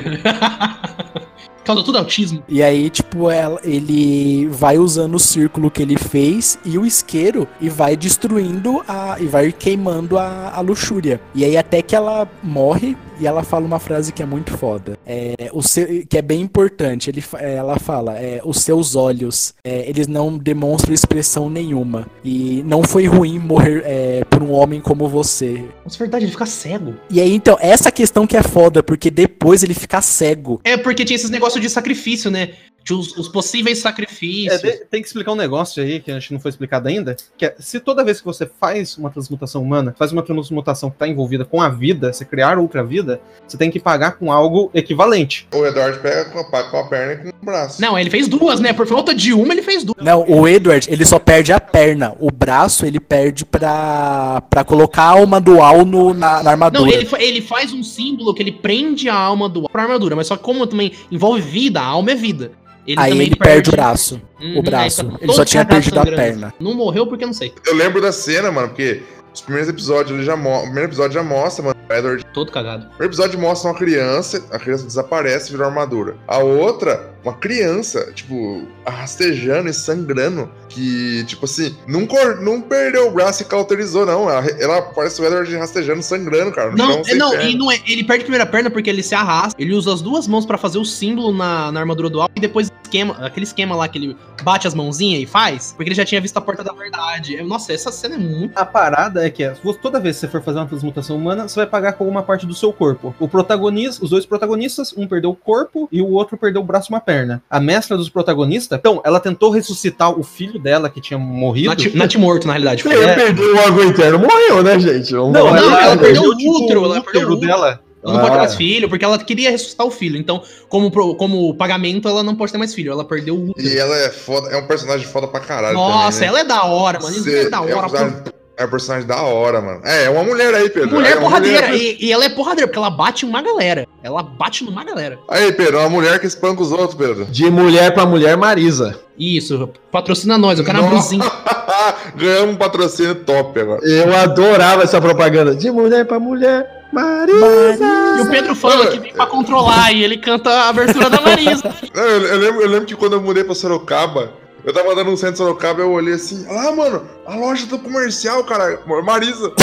Speaker 2: Causa tudo autismo.
Speaker 4: E aí, tipo, ela- ele vai usando o círculo que ele fez e o isqueiro e vai destruindo a. e vai queimando a, a luxúria. E aí, até que ela morre e ela fala uma frase que é muito foda. É, o seu- que é bem importante. Ele, fa- ela fala: é, os seus olhos, é, eles não demonstram expressão nenhuma. E não foi ruim morrer é, por um homem como você.
Speaker 2: Nossa, é verdade, ele fica cego.
Speaker 4: E aí, então, essa questão que é foda, porque depois ele fica cego.
Speaker 2: É, porque tinha esses negócios de sacrifício, né? Tinha os, os possíveis
Speaker 3: É,
Speaker 2: sacrifícios.
Speaker 3: de- tem que explicar um negócio aí que a gente não foi explicado ainda. Que é, se toda vez que você faz uma transmutação humana, faz uma transmutação que tá envolvida com a vida, você criar outra vida, você tem que pagar com algo equivalente.
Speaker 5: O Eduardo pega com a, pa- com a perna e com o braço.
Speaker 2: Não, ele fez duas, né? Por falta de uma, ele fez duas.
Speaker 4: Não, o Edward, ele só perde a perna. O braço, ele perde pra, pra colocar a alma do Al no, na, na armadura.
Speaker 2: Não, ele, fa- ele faz um símbolo que ele prende a alma do pra armadura, mas só que como também envolve vida, a alma é vida. Ele
Speaker 4: aí
Speaker 2: também
Speaker 4: ele perde o braço.
Speaker 2: Uhum,
Speaker 4: o braço.
Speaker 2: aí tá
Speaker 4: Ele só
Speaker 2: todo
Speaker 4: tinha
Speaker 2: cagado
Speaker 4: perdido a
Speaker 2: sangrando.
Speaker 4: perna.
Speaker 2: Não morreu porque eu não sei.
Speaker 5: Eu lembro da cena, mano, porque os primeiros episódios ele já mo- o primeiro episódio já mostra, mano, o Edward.
Speaker 2: Todo cagado.
Speaker 5: O primeiro episódio mostra uma criança, a criança desaparece, vira uma armadura. A outra, uma criança, tipo, rastejando e sangrando, que, tipo assim, não, cor- não perdeu o braço e cauterizou, não. Ela, ela parece o Edward rastejando, sangrando, cara. no
Speaker 2: Não,
Speaker 5: chão, sem
Speaker 2: não,
Speaker 5: perna.
Speaker 2: e não é, ele perde a primeira perna porque ele se arrasta. Ele usa as duas mãos pra fazer o símbolo na, na armadura do alvo e depois esquema, aquele esquema lá que ele bate as mãozinhas e faz, porque ele já tinha visto a porta da verdade. Eu- Nossa, essa cena é muito.
Speaker 3: A parada é que é, vo- toda vez que você for fazer uma transmutação humana, você vai pagar com alguma parte do seu corpo. O protagonista, os dois protagonistas, um perdeu o corpo e o outro perdeu o braço e uma perna. A mestra dos protagonistas, então, ela tentou ressuscitar o filho dela que tinha morrido.
Speaker 2: Nat, Nat morto, na
Speaker 7: É
Speaker 2: realidade. É,
Speaker 10: Quem perdeu o órgão interno morreu, né, gente? Vamos
Speaker 3: Não,
Speaker 10: falar a
Speaker 2: ela- ela
Speaker 10: verdade.
Speaker 2: perdeu o útero, ela perdeu o
Speaker 3: útero
Speaker 2: útero.
Speaker 3: dela.
Speaker 2: Ela não pode ter
Speaker 10: Ah.
Speaker 2: mais filho, porque ela queria ressuscitar o filho. Então, como, pro- como pagamento, ela não pode ter mais filho. Ela perdeu o útero.
Speaker 5: E ela é foda, é um personagem foda pra caralho.
Speaker 2: Nossa,
Speaker 5: também, né?
Speaker 2: ela é da hora, mano. Isso
Speaker 5: Cê-
Speaker 2: é da
Speaker 5: é um
Speaker 2: hora.
Speaker 5: personagem- é um personagem da hora, mano. É, é uma mulher aí, Pedro. é
Speaker 2: Mulher
Speaker 5: uma
Speaker 2: porradeira. E, e ela é porradeira, porque ela bate uma galera. Ela bate numa galera.
Speaker 5: Aí, Pedro, é uma mulher que espanca os outros, Pedro.
Speaker 10: De mulher pra mulher, Marisa.
Speaker 2: Isso, patrocina nós, o cara é
Speaker 5: Nossa.
Speaker 2: bonzinho.
Speaker 5: Ganhamos um patrocínio top agora.
Speaker 10: Eu adorava essa propaganda. De mulher pra mulher, Marisa.
Speaker 2: E o Pedro fala que vem pra controlar e ele canta a abertura da Marisa.
Speaker 5: Não, Eu, eu lembro, eu lembro que quando eu mudei pra Sorocaba, eu tava andando no centro de Sorocaba, eu olhei assim, ah lá, mano, a loja do comercial, cara, Marisa.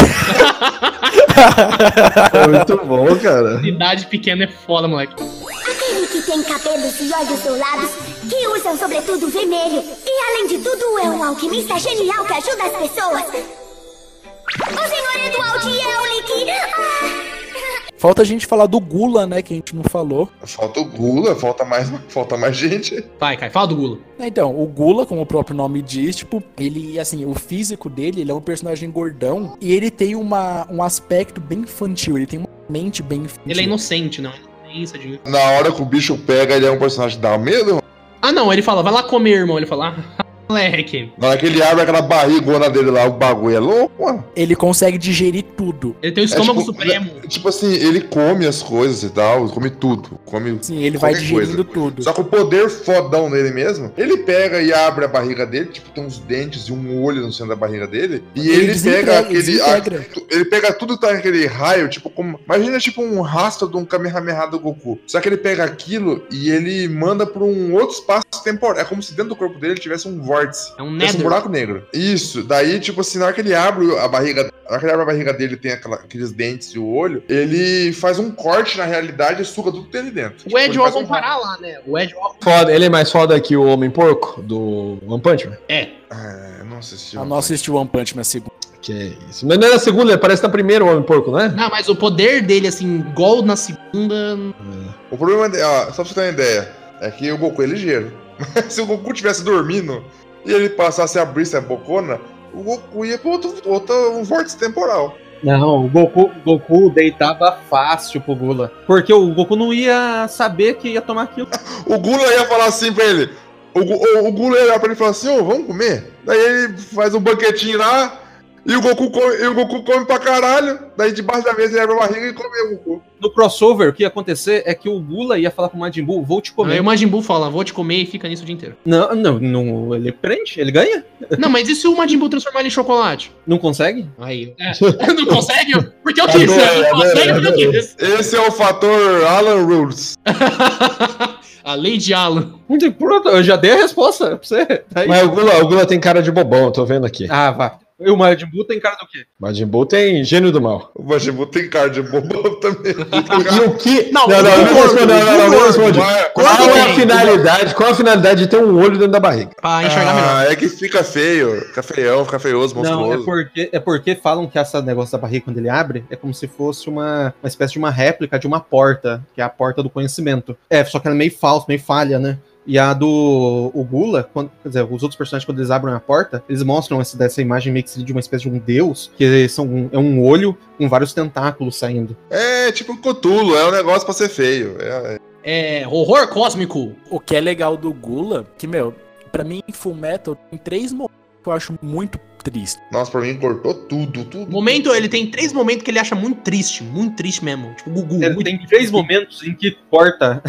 Speaker 10: Muito bom, cara.
Speaker 2: Idade pequena é foda, moleque.
Speaker 1: Aquele que tem cabelos e olhos dourados, que usa um sobretudo vermelho e, além de tudo, é um alquimista genial que ajuda as pessoas. O senhor Eduardo Yeuli que... Ah!
Speaker 4: Falta a gente falar do Gula, né? Que a gente não falou.
Speaker 5: Falta o Gula, falta mais, falta mais gente.
Speaker 2: Vai, Kai, fala do Gulo.
Speaker 4: Então, o Gula, como o próprio nome diz, tipo, ele, assim, o físico dele, ele é um personagem gordão e ele tem uma, um aspecto bem infantil, ele tem uma mente bem infantil.
Speaker 2: Ele é inocente, não. é inocência de-
Speaker 5: Na hora que o bicho pega, ele é um personagem que dá medo.
Speaker 2: Ah, não, ele fala, vai lá comer, irmão. Ele fala, ah, moleque.
Speaker 5: Na hora que ele abre aquela barrigona dele lá, o bagulho é louco, mano.
Speaker 4: Ele consegue digerir tudo.
Speaker 2: Ele tem o
Speaker 5: É
Speaker 2: estômago
Speaker 5: tipo-
Speaker 2: supremo.
Speaker 5: Tipo assim, ele come as coisas e tal, come tudo. Come
Speaker 4: Sim, ele vai
Speaker 5: qualquer
Speaker 4: digerindo tudo.
Speaker 5: Só que o poder fodão dele mesmo, ele pega e abre a barriga dele, tipo, tem uns dentes e um olho no centro da barriga dele, e ele, pega
Speaker 4: desintegra-
Speaker 5: aquele. a-
Speaker 4: desintegra.
Speaker 5: tu- ele pega tudo que tá naquele raio, tipo, como. Imagina tipo um rastro de um Kamehameha do Goku. Só que ele pega aquilo e ele manda pra um outro espaço temporal. É como se dentro do corpo dele tivesse um vórtice.
Speaker 2: É um
Speaker 5: Esse
Speaker 2: nether.
Speaker 5: buraco negro. Isso. Daí, tipo assim, na hora que ele abre a barriga. Na hora que ele abre a barriga dele tem aquela- aqueles dentes e o olho. Ele faz um corte na realidade e suga tudo que tem ali dentro.
Speaker 2: O Ed
Speaker 5: ele
Speaker 2: Wall
Speaker 5: faz
Speaker 2: vão
Speaker 5: um-
Speaker 2: parar lá, né? O Ed Wall.
Speaker 7: Foda, ele é mais foda que o Homem Porco do One Punch Man.
Speaker 2: É.
Speaker 5: Ah, não assisti.
Speaker 4: A nossa assistiu One Punch Man segunda.
Speaker 7: Que é isso. Mas não é na segunda, parece na primeira o Homem Porco, não é?
Speaker 2: Não, mas o poder dele, assim, igual na segunda.
Speaker 5: O problema, de- ó, só pra você ter uma ideia, é que o Goku é ligeiro. Mas se o Goku tivesse dormindo e ele passasse a abrisse a bocona, o Goku ia pra outro, outro um vórtice temporal.
Speaker 3: Não, o Goku, o Goku deitava fácil pro Gula. Porque o Goku não ia saber que ia tomar aquilo.
Speaker 5: O Gula ia falar assim pra ele. O, Gu- o, o Gula ia olhar pra ele e falar assim, ô, vamos comer? Daí ele faz um banquetinho lá e o Goku come, e o Goku come pra caralho. Daí debaixo da mesa ele abre a barriga e come o Goku.
Speaker 3: No crossover, o que ia acontecer é que o Gula ia falar pro Majin Buu, vou te
Speaker 2: Aí
Speaker 3: comer.
Speaker 2: o Majin Buu fala, vou te comer e fica nisso o dia inteiro.
Speaker 3: Não, não, não, ele prende, ele ganha.
Speaker 2: Não, mas e se o Majin Buu transformar ele em chocolate?
Speaker 3: Não consegue?
Speaker 2: Aí. É. Não consegue? Porque
Speaker 4: Tá
Speaker 2: eu quis. Não consegue porque eu quis.
Speaker 5: Esse é o fator Alan Rules.
Speaker 2: A lei de Alan.
Speaker 3: Então, Pronto, eu já dei a resposta pra você. Tá aí.
Speaker 7: Mas o Gula, o Gula tem cara de bobão, eu tô vendo aqui.
Speaker 3: Ah, vá. E o Majin Buu tem cara do quê?
Speaker 7: Majin Buu tem gênio do mal.
Speaker 5: O Majin Buu tipo, tem cara de bobão também.
Speaker 7: E o
Speaker 2: Ah,
Speaker 7: que.
Speaker 2: Não,
Speaker 7: não, não,
Speaker 2: o
Speaker 7: não,
Speaker 2: Gordo,
Speaker 7: responde, não, não, não, não responde.
Speaker 5: Mas-
Speaker 7: Qual é a
Speaker 2: Gordo.
Speaker 7: finalidade? Qual a finalidade de ter um olho dentro da barriga?
Speaker 2: Pra enxergar melhor.
Speaker 5: ah, é que fica feio. Fica feião, fica feioso,
Speaker 3: Não, é
Speaker 5: monstruoso.
Speaker 3: porque, é porque falam que esse negócio da barriga, quando ele abre, é como se fosse uma, uma espécie de uma réplica de uma porta, que é a porta do conhecimento. É, só que ela é meio falsa, meio falha, né? E a do o Gula, quando, quer dizer, os outros personagens, quando eles abrem a porta, eles mostram essa, dessa imagem meio que de uma espécie de um deus, que são um- é um olho com vários tentáculos saindo.
Speaker 5: É tipo um cotulo, é um negócio pra ser feio. É, é.
Speaker 2: É. Horror cósmico.
Speaker 4: O que é legal do Gula, que, meu, pra mim, Full Metal tem três momentos que eu acho muito triste.
Speaker 5: Nossa, pra mim cortou tudo, tudo.
Speaker 2: Momento, ele tem três momentos que ele acha muito triste. Muito triste mesmo. Tipo, Gugu. muito triste.
Speaker 3: É, momentos em que corta.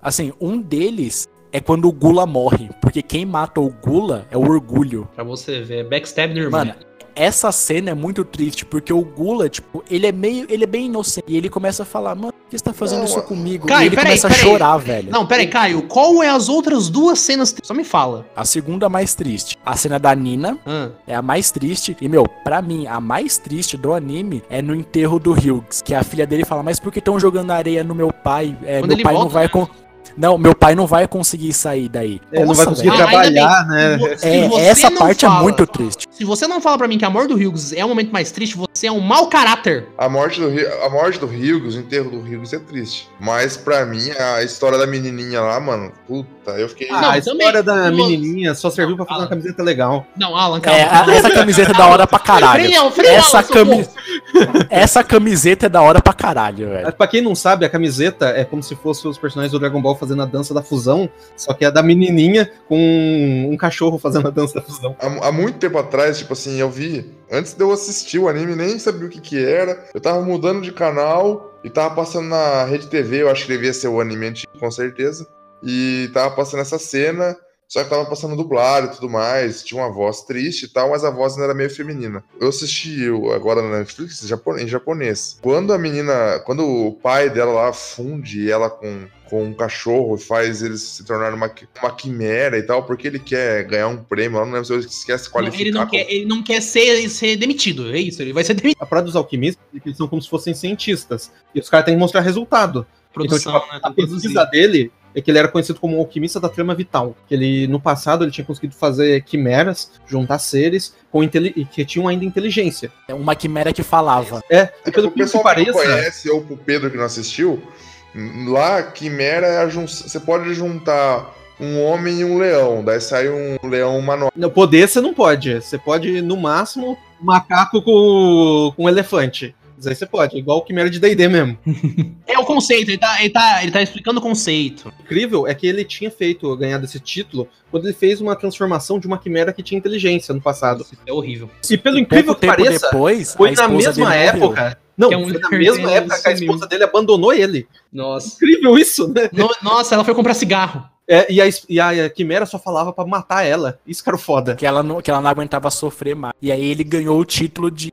Speaker 4: Assim, um deles é quando o Gula morre. Porque quem mata o Gula é o orgulho.
Speaker 2: Pra você ver. Backstab do irmão.
Speaker 4: Mano, essa cena é muito triste, porque o Gula, tipo, ele é meio. Ele é bem inocente. E ele começa a falar, mano, por que você tá fazendo
Speaker 5: Não,
Speaker 4: isso
Speaker 5: eu-
Speaker 4: comigo?
Speaker 2: Caio,
Speaker 4: e ele
Speaker 2: peraí,
Speaker 4: começa
Speaker 2: peraí.
Speaker 4: a chorar, velho.
Speaker 2: Não, pera aí, Caio. Qual é as outras duas cenas? tri- Só me fala.
Speaker 4: A segunda mais triste. A cena da Nina
Speaker 2: Ah.
Speaker 4: é a mais triste. E, meu, pra mim, a mais triste do anime é no enterro do Hughes. Que a filha dele fala, mas por que estão jogando areia no meu pai? É,
Speaker 2: Quando ele
Speaker 4: meu pai não
Speaker 2: volta, né?"
Speaker 4: vai. con- Não, meu pai não vai conseguir sair daí.
Speaker 3: Ele É, não
Speaker 4: Nossa,
Speaker 3: vai conseguir
Speaker 4: velho.
Speaker 2: Ah,
Speaker 3: trabalhar, né?
Speaker 2: ainda bem. Se
Speaker 4: É,
Speaker 2: você
Speaker 4: essa
Speaker 2: não
Speaker 4: parte
Speaker 2: fala-
Speaker 4: é muito triste.
Speaker 2: Se você não fala pra mim que a morte do Hughes é o momento mais triste, você é um mau caráter.
Speaker 5: A morte do Ri- a morte do Hughes, o enterro do Hughes é triste. Mas pra mim, a história da menininha lá, mano, puta, eu fiquei.
Speaker 3: Ah,
Speaker 2: Não,
Speaker 3: a
Speaker 2: também.
Speaker 3: história da
Speaker 2: Nossa.
Speaker 3: menininha só serviu pra fazer
Speaker 2: Fala.
Speaker 3: uma camiseta legal.
Speaker 2: Não, Alan, calma.
Speaker 4: É, a- essa camiseta é da hora pra caralho.
Speaker 2: Freia, freia,
Speaker 4: Essa,
Speaker 2: Alan, seu
Speaker 4: cami... essa camiseta é da hora pra caralho, velho.
Speaker 3: Pra quem não sabe, a camiseta é como se fosse os personagens do Dragon Ball fazendo a dança da fusão, só que é da menininha com um, um cachorro fazendo a dança da fusão.
Speaker 5: Há, há muito tempo atrás, tipo assim, eu vi. Antes de eu assistir o anime, nem sabia o que que era. Eu tava mudando de canal e tava passando na Rede TV, eu acho que devia ser o anime antigo, com certeza. E tava passando essa cena, só que tava passando dublado e tudo mais. Tinha uma voz triste e tal, mas a voz ainda era meio feminina. Eu assisti o- agora na Netflix japo- em japonês. Quando a menina. Quando o pai dela lá funde ela com. Com um cachorro e faz eles se tornarem uma, qui- uma quimera e tal, porque ele quer ganhar um prêmio. Eu não lembro se ele esquece
Speaker 2: Não,
Speaker 5: qualificar.
Speaker 2: ele não
Speaker 5: como-
Speaker 2: quer, ele não quer ser, ser demitido, é isso, ele vai ser demitido.
Speaker 3: A parada dos alquimistas é que eles são como se fossem cientistas. E os caras têm que mostrar resultado.
Speaker 2: Produção,
Speaker 3: tipo,
Speaker 2: né?
Speaker 3: A
Speaker 2: Tem que produzir.
Speaker 3: pesquisa dele é que ele era conhecido como o alquimista da trama vital. Que ele, no passado, ele tinha conseguido fazer quimeras, juntar seres com inteli- e que tinham ainda inteligência.
Speaker 4: É uma quimera que falava.
Speaker 3: É,
Speaker 5: É
Speaker 3: e
Speaker 5: que
Speaker 3: pelo
Speaker 5: pro
Speaker 3: que,
Speaker 5: pessoal que
Speaker 3: pareça.
Speaker 5: não conhece ou pro Pedro que não assistiu, lá quimera é a junção. Você pode juntar um homem e um leão, daí sai um leão humanoide.
Speaker 3: Não, poder você não pode. Você pode, no máximo, um macaco com, com um elefante. Mas aí você pode, é igual o Quimera de D&D mesmo.
Speaker 2: É o conceito, ele tá, ele tá, ele tá explicando o conceito.
Speaker 3: incrível é que ele tinha feito, ganhado esse título, quando ele fez uma transformação de uma quimera que tinha inteligência no passado.
Speaker 2: Isso é horrível.
Speaker 3: E pelo incrível
Speaker 4: Pouco
Speaker 3: que
Speaker 4: tempo
Speaker 3: pareça,
Speaker 4: depois,
Speaker 3: foi
Speaker 4: a
Speaker 3: na
Speaker 4: esposa
Speaker 3: mesma
Speaker 4: dele morreu.
Speaker 3: época. Não,
Speaker 2: Que é um
Speaker 3: foi na
Speaker 2: inferno,
Speaker 3: mesma época que a
Speaker 2: sumiu.
Speaker 3: esposa dele abandonou ele.
Speaker 2: Nossa.
Speaker 3: Incrível isso, né?
Speaker 2: No- Nossa, ela foi comprar cigarro.
Speaker 3: É, e, a, es- e a quimera só falava pra matar ela. Isso que era o foda.
Speaker 4: Que ela, não, que ela não aguentava sofrer mais. E aí ele ganhou o título de,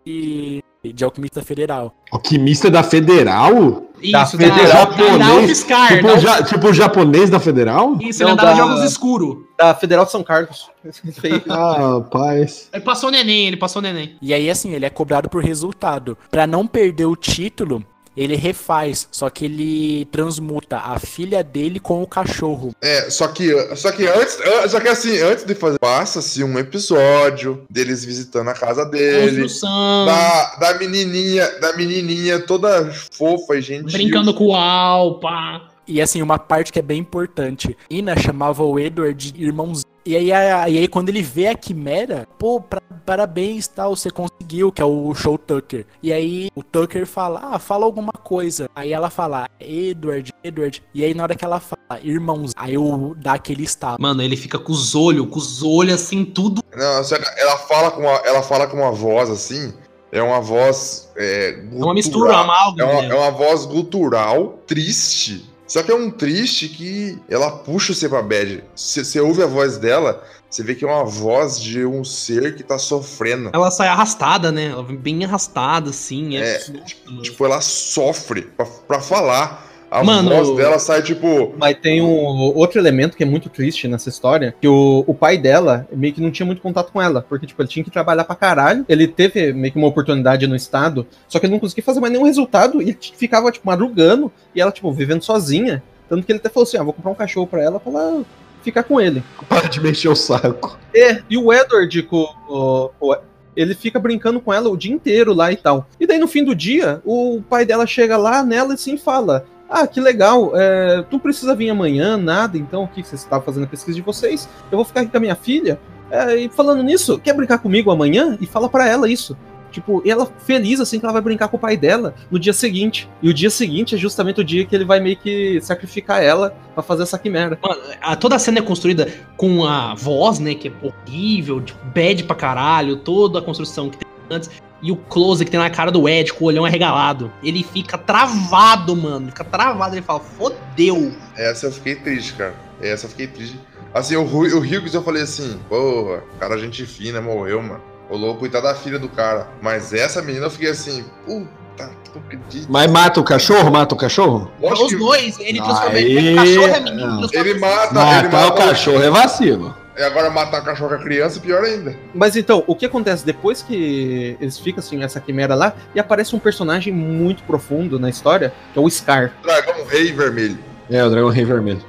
Speaker 4: de alquimista federal.
Speaker 10: Alquimista da Federal?
Speaker 2: Isso, tá,
Speaker 10: Federal
Speaker 2: da, da,
Speaker 10: Polonês.
Speaker 2: da Alpiscar,
Speaker 10: tipo,
Speaker 2: da-
Speaker 10: o ja- tipo o japonês da Federal?
Speaker 2: tá Isso, ele
Speaker 3: Não,
Speaker 2: andava
Speaker 3: da-
Speaker 2: em jogos escuros.
Speaker 3: Da Federal de São Carlos. Feio.
Speaker 10: Ah, rapaz.
Speaker 2: Ele passou o neném, ele passou o neném.
Speaker 4: E aí, assim, ele é cobrado por resultado. Pra não perder o título, ele refaz. Só que ele transmuta a filha dele com o cachorro.
Speaker 5: É, só que, só que antes, an- só que assim, antes de fazer, passa-se um episódio deles visitando a casa dele,
Speaker 2: Construção,
Speaker 5: da, da menininha, da menininha toda fofa e gentil.
Speaker 2: brincando com o Alpa.
Speaker 4: E assim, uma parte que é bem importante. Ina chamava o Edward de irmãozinho. E aí, a- e aí quando ele vê a Quimera, pô, pra- parabéns, tal, você conseguiu, que é o show Tucker. E aí o Tucker fala, ah, fala alguma coisa. Aí ela fala, Edward, Edward. E aí na hora que ela fala, irmãozinho, aí eu dá aquele estalo.
Speaker 2: Mano, ele fica com os olhos, com os olhos assim, tudo.
Speaker 5: Não, só que ela fala com uma, ela fala com uma voz assim, é uma voz é,
Speaker 2: É uma mistura, uma
Speaker 5: gutural. É
Speaker 2: amálgama.
Speaker 5: uma,
Speaker 2: né?
Speaker 5: é uma voz gutural, triste. Só que é um triste que ela puxa você pra bad. Você você ouve a voz dela, você vê que é uma voz de um ser que tá sofrendo.
Speaker 2: Ela sai arrastada, né? Ela vem bem arrastada, assim. É,
Speaker 5: É,
Speaker 2: absurdo.
Speaker 5: Tipo, ela sofre pra, pra falar. A
Speaker 2: Mano-
Speaker 5: voz dela sai, tipo.
Speaker 3: Mas tem um outro elemento que é muito triste nessa história, que o, o pai dela meio que não tinha muito contato com ela, porque tipo, ele tinha que trabalhar pra caralho, ele teve meio que uma oportunidade no estado, só que ele não conseguia fazer mais nenhum resultado, e ele t- ficava tipo madrugando, e ela tipo vivendo sozinha, tanto que ele até falou assim, ah, vou comprar um cachorro pra ela, pra ela ficar com ele.
Speaker 10: Para de mexer o saco.
Speaker 3: É, e o Edward, co- o- o- ele fica brincando com ela o dia inteiro lá e tal. E daí no fim do dia, o pai dela chega lá nela e sim fala: Ah, que legal, é, tu precisa vir amanhã, nada, então o que vocês estavam fazendo a pesquisa de vocês? Eu vou ficar aqui com a minha filha. É, e falando nisso, quer brincar comigo amanhã? E fala pra ela isso. Tipo, e ela feliz assim que ela vai brincar com o pai dela no dia seguinte. E o dia seguinte é justamente o dia que ele vai meio que sacrificar ela pra fazer essa quimera.
Speaker 2: a, toda a cena é construída com a voz, né? Que é horrível, tipo, bad pra caralho, toda a construção que tem antes. E o close que tem na cara do Ed, com o olhão arregalado. Ele fica travado, mano. Fica travado. Ele fala, fodeu.
Speaker 5: Essa eu fiquei triste, cara. Essa eu fiquei triste. Assim, o, Ru- o Riggs eu falei assim, porra, cara, gente fina, morreu, mano. Ô louco, coitada da filha do cara. Mas essa menina eu fiquei assim, puta, não acredito.
Speaker 10: Mas mata o cachorro? Mata o cachorro?
Speaker 5: Lógico
Speaker 2: Os
Speaker 5: que-
Speaker 2: dois, ele
Speaker 10: Aí,
Speaker 2: transforma ele em cachorro e a menina
Speaker 10: não.
Speaker 2: transforma-
Speaker 5: Ele mata, ele
Speaker 10: Matar
Speaker 5: mata.
Speaker 10: o cachorro é vacilo.
Speaker 5: E agora matar cachorro com a criança, pior ainda.
Speaker 3: Mas então, o que acontece depois que eles ficam assim, essa quimera lá, e aparece um personagem muito profundo na história, que é o Scar.
Speaker 5: Dragão um rei vermelho.
Speaker 10: É, o Dragão Rei Vermelho.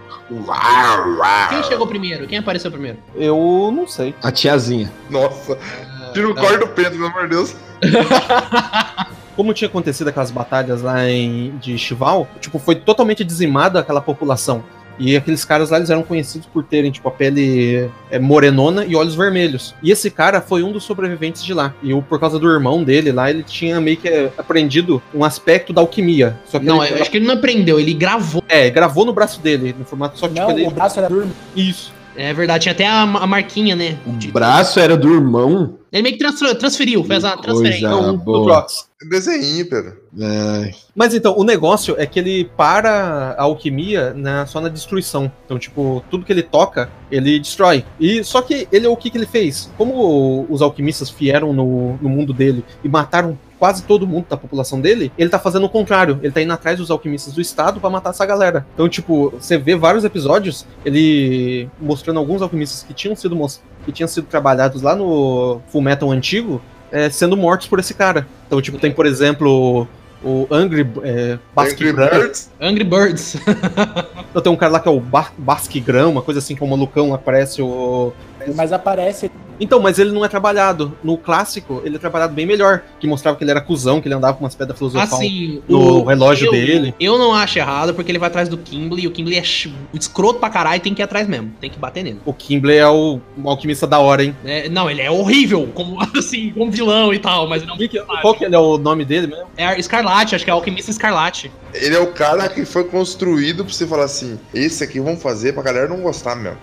Speaker 2: Quem chegou primeiro? Quem apareceu primeiro?
Speaker 3: Eu não sei.
Speaker 10: A tiazinha.
Speaker 5: Nossa. Tira
Speaker 2: Ah,
Speaker 5: o corte do Pedro, pelo amor de Deus.
Speaker 3: Como tinha acontecido aquelas batalhas lá em, de Chival, tipo, foi totalmente dizimada aquela população. E aqueles caras lá, eles eram conhecidos por terem, tipo, a pele é, morenona e olhos vermelhos. E esse cara foi um dos sobreviventes de lá. E o- por causa do irmão dele lá, ele tinha meio que é, aprendido um aspecto da alquimia. Só que
Speaker 2: Não,
Speaker 3: ele,
Speaker 4: é-
Speaker 2: eu acho que ele não aprendeu, ele gravou.
Speaker 3: é, gravou no braço dele, no formato só que,
Speaker 4: Não,
Speaker 3: tipo, ele-
Speaker 4: o braço era do irmão.
Speaker 3: Isso.
Speaker 2: É verdade, tinha até a, ma- a marquinha, né?
Speaker 10: O braço era do irmão.
Speaker 2: Ele meio que transfer- transferiu, fez a
Speaker 10: Que
Speaker 2: transferência.
Speaker 10: coisa.
Speaker 3: Não,
Speaker 10: Ah,
Speaker 3: do
Speaker 10: boa. É.
Speaker 3: Crocs.
Speaker 5: Desenhinho, Pedro.
Speaker 10: Ai,
Speaker 3: Mas então, o negócio é que ele para a alquimia na, só na destruição. Então, tipo, tudo que ele toca, ele destrói. E só que ele o que, que ele fez? Como o- os alquimistas vieram no, no mundo dele e mataram quase todo mundo da população dele, ele tá fazendo o contrário. Ele tá indo atrás dos alquimistas do estado pra matar essa galera. Então, tipo, você vê vários episódios ele mostrando alguns alquimistas que tinham sido mos- que tinham sido trabalhados lá no Fullmetal antigo, eh, sendo mortos por esse cara. Então, tipo, tem, por exemplo, o Angry é,
Speaker 5: Angry
Speaker 3: Basque Gran.
Speaker 5: Birds.
Speaker 2: Angry Birds.
Speaker 3: Então tem um cara lá que é o Bar Basque Gran, uma coisa assim, que é um malucão, lá, parece o.
Speaker 4: Mas aparece
Speaker 3: Então, mas ele não é trabalhado. No clássico, ele é trabalhado bem melhor. Que mostrava que ele era cuzão, que ele andava com umas pedras filosofais
Speaker 2: Assim,
Speaker 3: no
Speaker 2: o-
Speaker 3: relógio
Speaker 2: eu-
Speaker 3: dele.
Speaker 2: Eu não acho errado, porque ele vai atrás do Kimble e o Kimble é ch- escroto pra caralho e tem que ir atrás mesmo. Tem que bater nele.
Speaker 3: O Kimble é o um alquimista da hora, hein?
Speaker 2: É, não, ele é horrível, como assim, como vilão e tal, mas ele é um milionário.
Speaker 3: Qual que é o nome dele mesmo?
Speaker 2: É a Escarlate, acho que é Alquimista Escarlate.
Speaker 5: Ele é o cara que foi construído pra você falar assim: esse aqui vamos fazer pra galera não gostar mesmo.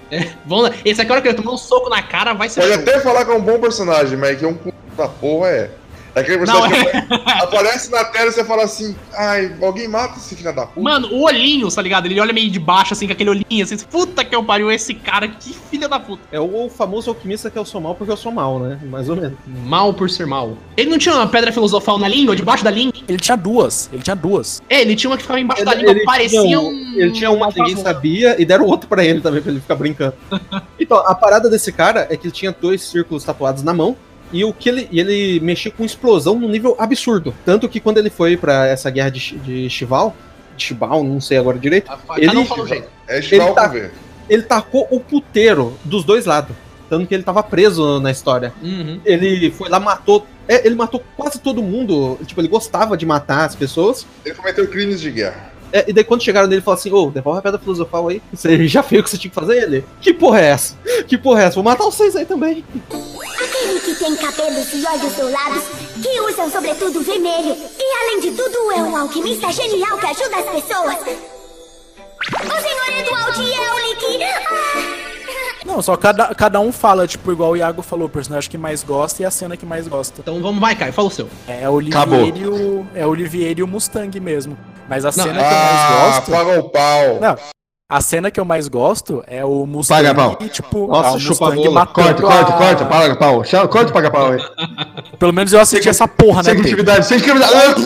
Speaker 2: Vamos lá, esse aqui a hora que ele tomar um soco na cara vai ser.
Speaker 5: Pode
Speaker 2: show.
Speaker 5: até falar que é um bom personagem, mas que é um cu da porra é. É aquele personagem
Speaker 2: Não,
Speaker 5: que apa- aparece na tela e você fala assim: ai, alguém mata esse filho da puta.
Speaker 2: Mano, o olhinho, tá ligado? Ele olha meio de baixo, assim, com aquele olhinho, assim, puta que eu pariu, esse cara, que filha da puta.
Speaker 3: É o famoso alquimista que eu sou mal porque eu sou mal, né? Mais ou menos.
Speaker 2: Mal por ser mal. Ele não tinha uma pedra filosofal na língua, debaixo da língua?
Speaker 4: Ele tinha duas, ele tinha duas.
Speaker 2: É, ele tinha uma que ficava embaixo da
Speaker 3: Ele,
Speaker 2: língua,
Speaker 3: ele
Speaker 2: parecia
Speaker 3: tinha, um-
Speaker 2: um...
Speaker 3: ele tinha uma que ninguém sabia e deram outro pra ele também, pra ele ficar brincando. Então, a parada desse cara é que ele tinha dois círculos tatuados na mão. E o que ele, e ele mexia com explosão num nível absurdo. Tanto que quando ele foi pra essa guerra de, Chi- de Chival, de Chival, não sei agora direito,
Speaker 2: Cada um
Speaker 3: ele-
Speaker 2: fala um jeito.
Speaker 5: É Chival
Speaker 3: tá-
Speaker 5: ver.
Speaker 3: ele tacou o puteiro dos dois lados. Tanto que ele tava preso na história.
Speaker 2: Uhum.
Speaker 3: Ele foi lá, matou. é, ele matou quase todo mundo. Tipo, ele gostava de matar as pessoas.
Speaker 5: Ele cometeu crimes de guerra.
Speaker 3: É, e daí quando chegaram nele, falaram assim, ô, devolve a pedra filosofal aí. Você já fez o que você tinha que fazer ele? Que porra é essa? Que porra é essa? Vou matar vocês aí também.
Speaker 1: Aquele que tem cabelos e olhos dourados, que usam sobretudo vermelho, e além de tudo é um alquimista genial que ajuda as pessoas. O senhor Eduardo Euli que... Ah!
Speaker 4: Não, só cada, cada um fala, tipo, igual o Iago falou, o personagem que mais gosta e a cena que mais gosta.
Speaker 2: Então vamos, vai, Caio, fala o seu.
Speaker 4: É o Olivier, e o, é o Olivier e o Mustang mesmo. Mas a cena que
Speaker 7: é
Speaker 4: eu
Speaker 3: um
Speaker 4: mais
Speaker 5: Ah,
Speaker 4: gosto.
Speaker 5: paga o pau.
Speaker 4: Não. A cena que eu mais gosto é o Mustang.
Speaker 10: Paga pau.
Speaker 4: que, Tipo, ah,
Speaker 3: Nossa,
Speaker 4: o
Speaker 3: chupa
Speaker 4: Mustang
Speaker 3: rola.
Speaker 4: matando
Speaker 10: Corta,
Speaker 4: a-
Speaker 10: corta, corta, paga pau. Chama- Corta o paga pau aí.
Speaker 4: Pelo menos eu assisti essa
Speaker 3: Ah,
Speaker 4: porra, né,
Speaker 10: Sem
Speaker 4: Pedro?
Speaker 10: criatividade, sem criatividade.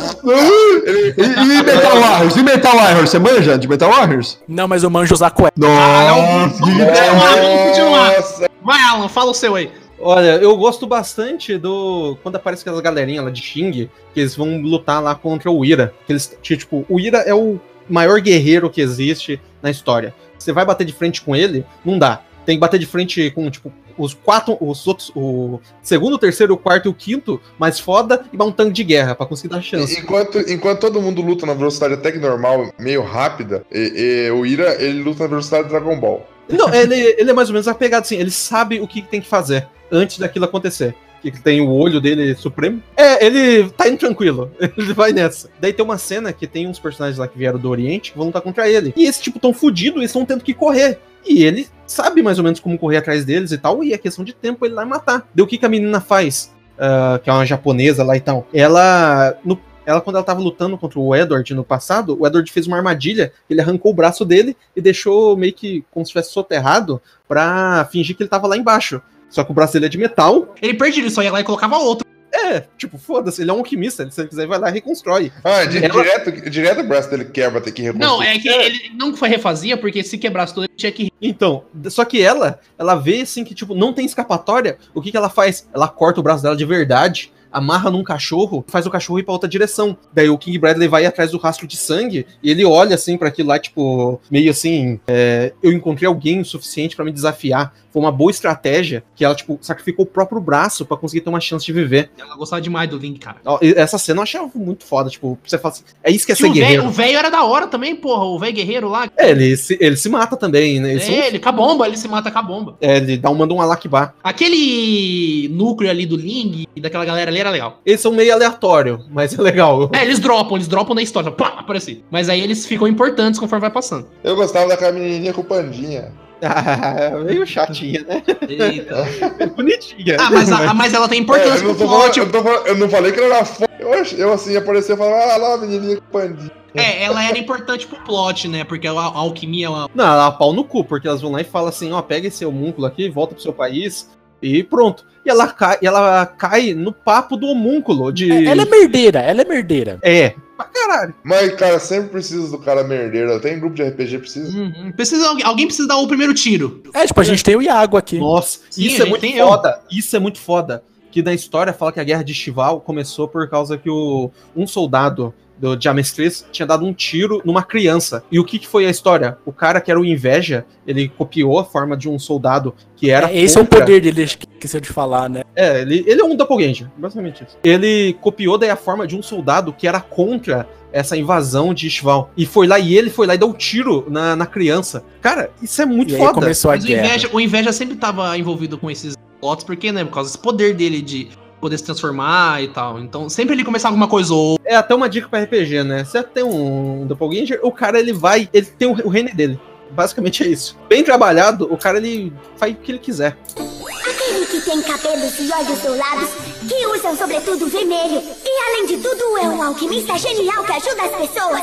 Speaker 10: E, e Metal Warriors? E Metal Warriors? Você manja de Metal Warriors?
Speaker 4: Não, mas eu manjo usar
Speaker 2: Ah,
Speaker 4: cueca.
Speaker 10: Nossa,
Speaker 2: Vamos continuar, vamos continuar.
Speaker 5: Nossa,
Speaker 2: Vai, Alan, fala o seu aí.
Speaker 3: Olha, eu gosto bastante do. Quando aparece aquelas galerinhas lá de Xing, que eles vão lutar lá contra o Ira. Que eles, tipo, o Ira é o maior guerreiro que existe na história. Você vai bater de frente com ele, não dá. Tem que bater de frente com, tipo, os quatro. Os outros. O segundo, o terceiro, o quarto e o quinto, mais foda, e dá um tanque de guerra pra conseguir dar chance.
Speaker 5: enquanto, enquanto todo mundo luta na velocidade até que normal, meio rápida, e- e o Ira ele luta na velocidade do Dragon Ball.
Speaker 3: Não, ele, ele é mais ou menos apegado assim, ele sabe o que tem que fazer antes daquilo acontecer. Que tem o olho dele supremo. É, ele tá indo tranquilo. Ele vai nessa. Daí tem uma cena que tem uns personagens lá que vieram do Oriente que vão lutar contra ele. E esse tipo tão fudido, eles estão tendo que correr. E ele sabe mais ou menos como correr atrás deles e tal. E é questão de tempo ele lá matar. Daí o que, que a menina faz? Ah, que é uma japonesa lá e tal. Ela. no- ela, quando ela tava lutando contra o Edward no passado, o Edward fez uma armadilha, ele arrancou o braço dele e deixou meio que como se tivesse soterrado pra fingir que ele tava lá embaixo. Só que o braço dele é de metal.
Speaker 2: Ele perdia, ele só ia lá e colocava outro.
Speaker 3: É, tipo, foda-se, ele é um alquimista. ele, Se ele quiser, vai lá e reconstrói.
Speaker 5: Ah, di-
Speaker 3: Ela-
Speaker 5: direto, direto o braço dele quebra, tem que reconstruir.
Speaker 2: Não, é que ele não foi refazia, porque se quebrasse tudo, ele tinha que
Speaker 3: Então, d- só que ela, ela vê assim que, tipo, não tem escapatória. O que que ela faz? Ela corta o braço dela de verdade, amarra num cachorro, faz o cachorro ir pra outra direção. Daí o King Bradley vai atrás do rastro de sangue e ele olha assim pra aquilo lá, tipo, meio assim, é, eu encontrei alguém o suficiente pra me desafiar. Foi uma boa estratégia que ela, tipo, sacrificou o próprio braço pra conseguir ter uma chance de viver.
Speaker 2: Ela gostava demais do Link, cara.
Speaker 3: Ó, e Essa cena eu achava muito foda, tipo, você fala assim, é isso que é
Speaker 2: E
Speaker 3: ser
Speaker 2: o velho-
Speaker 3: guerreiro.
Speaker 2: o velho era da hora também, porra. O velho guerreiro lá.
Speaker 3: É, ele se, ele se mata também, né? Ele,
Speaker 2: É,
Speaker 3: se-
Speaker 2: ele com a bomba, ele se mata com a bomba.
Speaker 3: é, ele dá um, manda um alakbar.
Speaker 2: Aquele núcleo ali do Ling e daquela galera ali era legal.
Speaker 3: Eles são meio aleatório, mas é legal.
Speaker 2: É, eles dropam, eles dropam na história. Pá, aparece. Mas aí eles ficam importantes conforme vai passando.
Speaker 5: Eu gostava daquela menininha com pandinha.
Speaker 3: Ah, meio chatinha, né? É
Speaker 2: Eita.
Speaker 3: Bonitinha.
Speaker 2: ah, mas, a- mas ela tem
Speaker 5: É,
Speaker 2: importância
Speaker 5: eu, não
Speaker 2: pro plot.
Speaker 5: tô falando, eu, não tô falando- eu não falei que ela era foda. Eu, ach- eu assim, apareceu e falava, ah lá, menininha com pandinha.
Speaker 2: É, ela era importante pro plot, né? Porque a, a alquimia, ela...
Speaker 3: Não, ela é pau no cu, porque elas vão lá e falam assim, ó, pega esse homúnculo aqui, volta pro seu país e pronto. E ela cai, e ela cai no papo do homúnculo de...
Speaker 4: É, Ela é merdeira, ela é merdeira.
Speaker 3: é... pra caralho.
Speaker 5: Mas, cara, sempre precisa do cara merdeiro. Até em grupo de RPG precisa.
Speaker 2: Uhum. Precisa, alguém- alguém precisa dar o primeiro tiro.
Speaker 4: É, tipo, a gente tem o Iago aqui.
Speaker 3: Nossa,
Speaker 2: Sim,
Speaker 3: isso é
Speaker 2: gente,
Speaker 3: muito
Speaker 2: tem eu.
Speaker 3: foda. Isso é muito foda. Que na história fala que a guerra de Chival começou por causa que o, um soldado do Jamestris tinha dado um tiro numa criança. E o que, que foi a história? O cara que era o Inveja, ele copiou a forma de um soldado que era.
Speaker 4: É, esse é o
Speaker 3: contra-
Speaker 4: poder dele, acho que esqueceu de falar, né?
Speaker 3: É, ele, ele é um doppelganger, basicamente isso. Ele copiou daí a forma de um soldado que era contra essa invasão de Ishval. E foi lá, e ele foi lá e deu um tiro na, na criança. Cara, isso é muito
Speaker 4: e aí
Speaker 3: foda.
Speaker 4: começou a
Speaker 2: Mas o
Speaker 4: guerra.
Speaker 2: Inveja, o Inveja sempre tava envolvido com esses lotes, porque, né? Por causa desse poder dele de poder se transformar e tal. Então, sempre ele começava alguma coisa ou
Speaker 3: É até uma dica pra RPG, né? Você tem um doppelganger, o cara ele vai, ele tem o, o reino dele. Basicamente é isso. Bem trabalhado, o cara ele faz o que ele quiser.
Speaker 1: Aquele que tem cabelos e olhos dourados, que usam sobretudo vermelho, e além de tudo é um alquimista genial que ajuda as pessoas.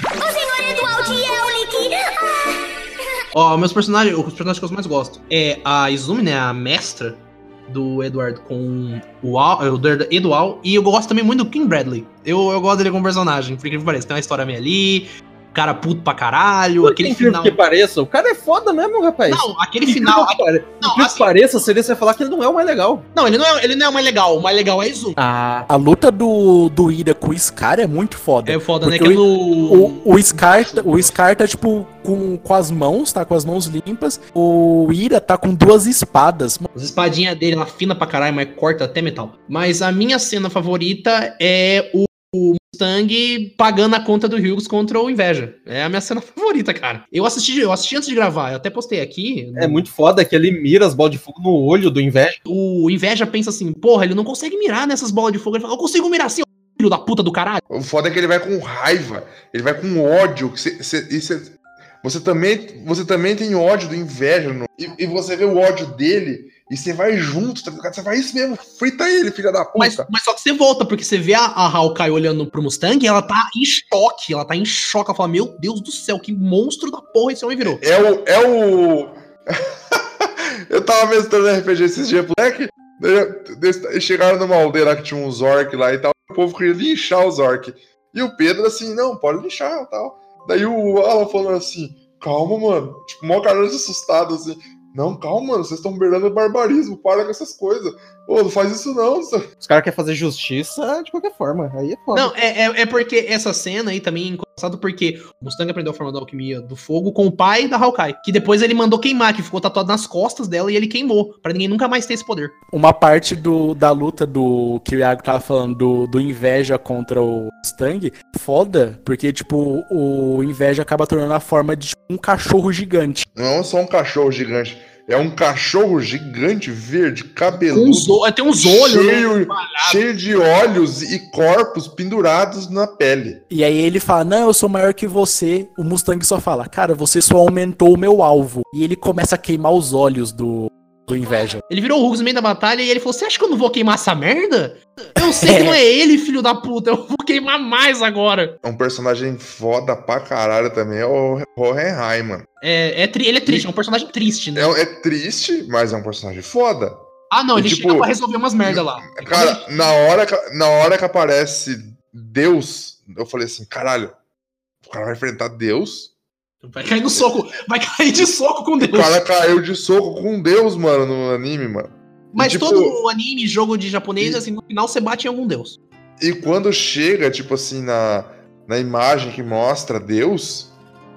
Speaker 1: O senhor Eduardo Eulick! Ah!
Speaker 2: Ó, meus personagens, os personagens que eu mais gosto é a Izumi, né, a mestra do Edward com o Al, eh, do Ed- Edual, e eu gosto também muito do Kim Bradley. Eu, eu gosto dele como personagem, por incrível que pareça. Tem uma história meio ali, o cara puto pra caralho, aquele
Speaker 3: incrível
Speaker 2: final.
Speaker 3: que pareça, o cara é foda mesmo, rapaz.
Speaker 2: Não, aquele
Speaker 3: Incrível
Speaker 2: final.
Speaker 3: que pare-
Speaker 2: Não,
Speaker 3: incrível que
Speaker 2: assim-
Speaker 3: pareça, seria você falar que ele não é o mais legal.
Speaker 2: Não, ele não é, ele não é o mais legal, o mais legal é a Izumi.
Speaker 3: Ah,
Speaker 4: A luta do, do Ira com o Scar é muito foda.
Speaker 2: É foda, né?
Speaker 4: Porque
Speaker 2: Que é do.
Speaker 4: O, o, Scar, o Scar tá, tipo, com, com as mãos, tá com as mãos limpas. O Ira tá com duas espadas.
Speaker 2: As espadinhas dele, ela fina pra caralho, mas corta até metal. Mas a minha cena favorita é o, o Mustang pagando a conta do Hughes contra o Inveja. É a minha cena favorita, cara. Eu assisti, eu assisti antes de gravar, eu até postei aqui.
Speaker 3: é muito foda que ele mira as bolas de fogo no olho do inveja.
Speaker 2: O Inveja pensa assim, porra, ele não consegue mirar nessas bolas de fogo. Ele fala, eu consigo mirar assim, ô filho da puta do caralho.
Speaker 7: O foda é que ele vai com raiva, ele vai com ódio. que cê- cê- e cê- você, também, você também tem ódio do inveja, no- e, e você vê o ódio dele, e você vai junto, tá ligado? Você vai isso mesmo, frita ele, filha da puta.
Speaker 2: Mas, mas só que você volta, porque você vê a, a Hawkeye olhando pro Mustang e ela tá em choque. Ela tá em choque. Ela fala, meu Deus do céu, que monstro da porra esse homem virou.
Speaker 7: É o. É o... eu tava mestrando RPG esses dias, moleque. daí eu- eles- eles Chegaram numa aldeia lá que tinha uns orc lá e tal. O povo queria linchar os orc. E o Pedro assim, não, pode linchar e tal. Daí o Alan falando assim, calma, mano. Tipo, mó cara assustado assim. Não, calma, mano, vocês estão beirando o barbarismo, para com essas coisas. Ô, não faz isso não. Isso...
Speaker 3: Os caras querem fazer justiça de qualquer forma. Aí é foda.
Speaker 2: Não, é, é, é porque essa cena aí também é engraçado porque o Mustang aprendeu a forma da alquimia do fogo com o pai da Hawkeye, que depois ele mandou queimar, que ficou tatuado nas costas dela e ele queimou, pra ninguém nunca mais ter esse poder.
Speaker 4: Uma parte do, da luta do que o Iago tava falando, do, do Inveja contra o Mustang, foda, porque, tipo, o Inveja acaba tornando a forma de tipo, um cachorro gigante.
Speaker 7: Não é só um cachorro gigante. É um cachorro gigante verde, cabeludo.
Speaker 2: Com os o- é, tem uns olhos, né?
Speaker 7: um cheio, cheio de olhos e corpos pendurados na pele.
Speaker 4: E aí ele fala, não, eu sou maior que você. O Mustang só fala, cara, você só aumentou o meu alvo. E ele começa a queimar os olhos do, do Inveja.
Speaker 2: Ele virou o Hulk no meio da batalha e ele falou: Você acha que eu não vou queimar essa merda? Eu sei que não é ele, filho da puta, eu vou queimar mais agora.
Speaker 7: É um personagem foda pra caralho também. É o Hohenheim, mano.
Speaker 2: É, é tri- ele é triste, é um personagem triste, né?
Speaker 7: É, é triste, mas é um personagem foda.
Speaker 2: Ah, não, ele
Speaker 7: tipo-
Speaker 2: chega pra resolver umas merda lá.
Speaker 7: Cara, na hora, que- na hora que aparece Deus, eu falei assim: caralho, o cara vai enfrentar Deus?
Speaker 2: Vai cair no soco, vai cair de soco com Deus.
Speaker 7: O cara caiu de soco com Deus, mano, no anime, mano.
Speaker 2: Mas
Speaker 7: tipo-
Speaker 2: todo o anime, jogo de japonês,
Speaker 7: E-
Speaker 2: assim, no final você bate em algum deus.
Speaker 7: E quando chega, tipo assim, na, na imagem que mostra Deus,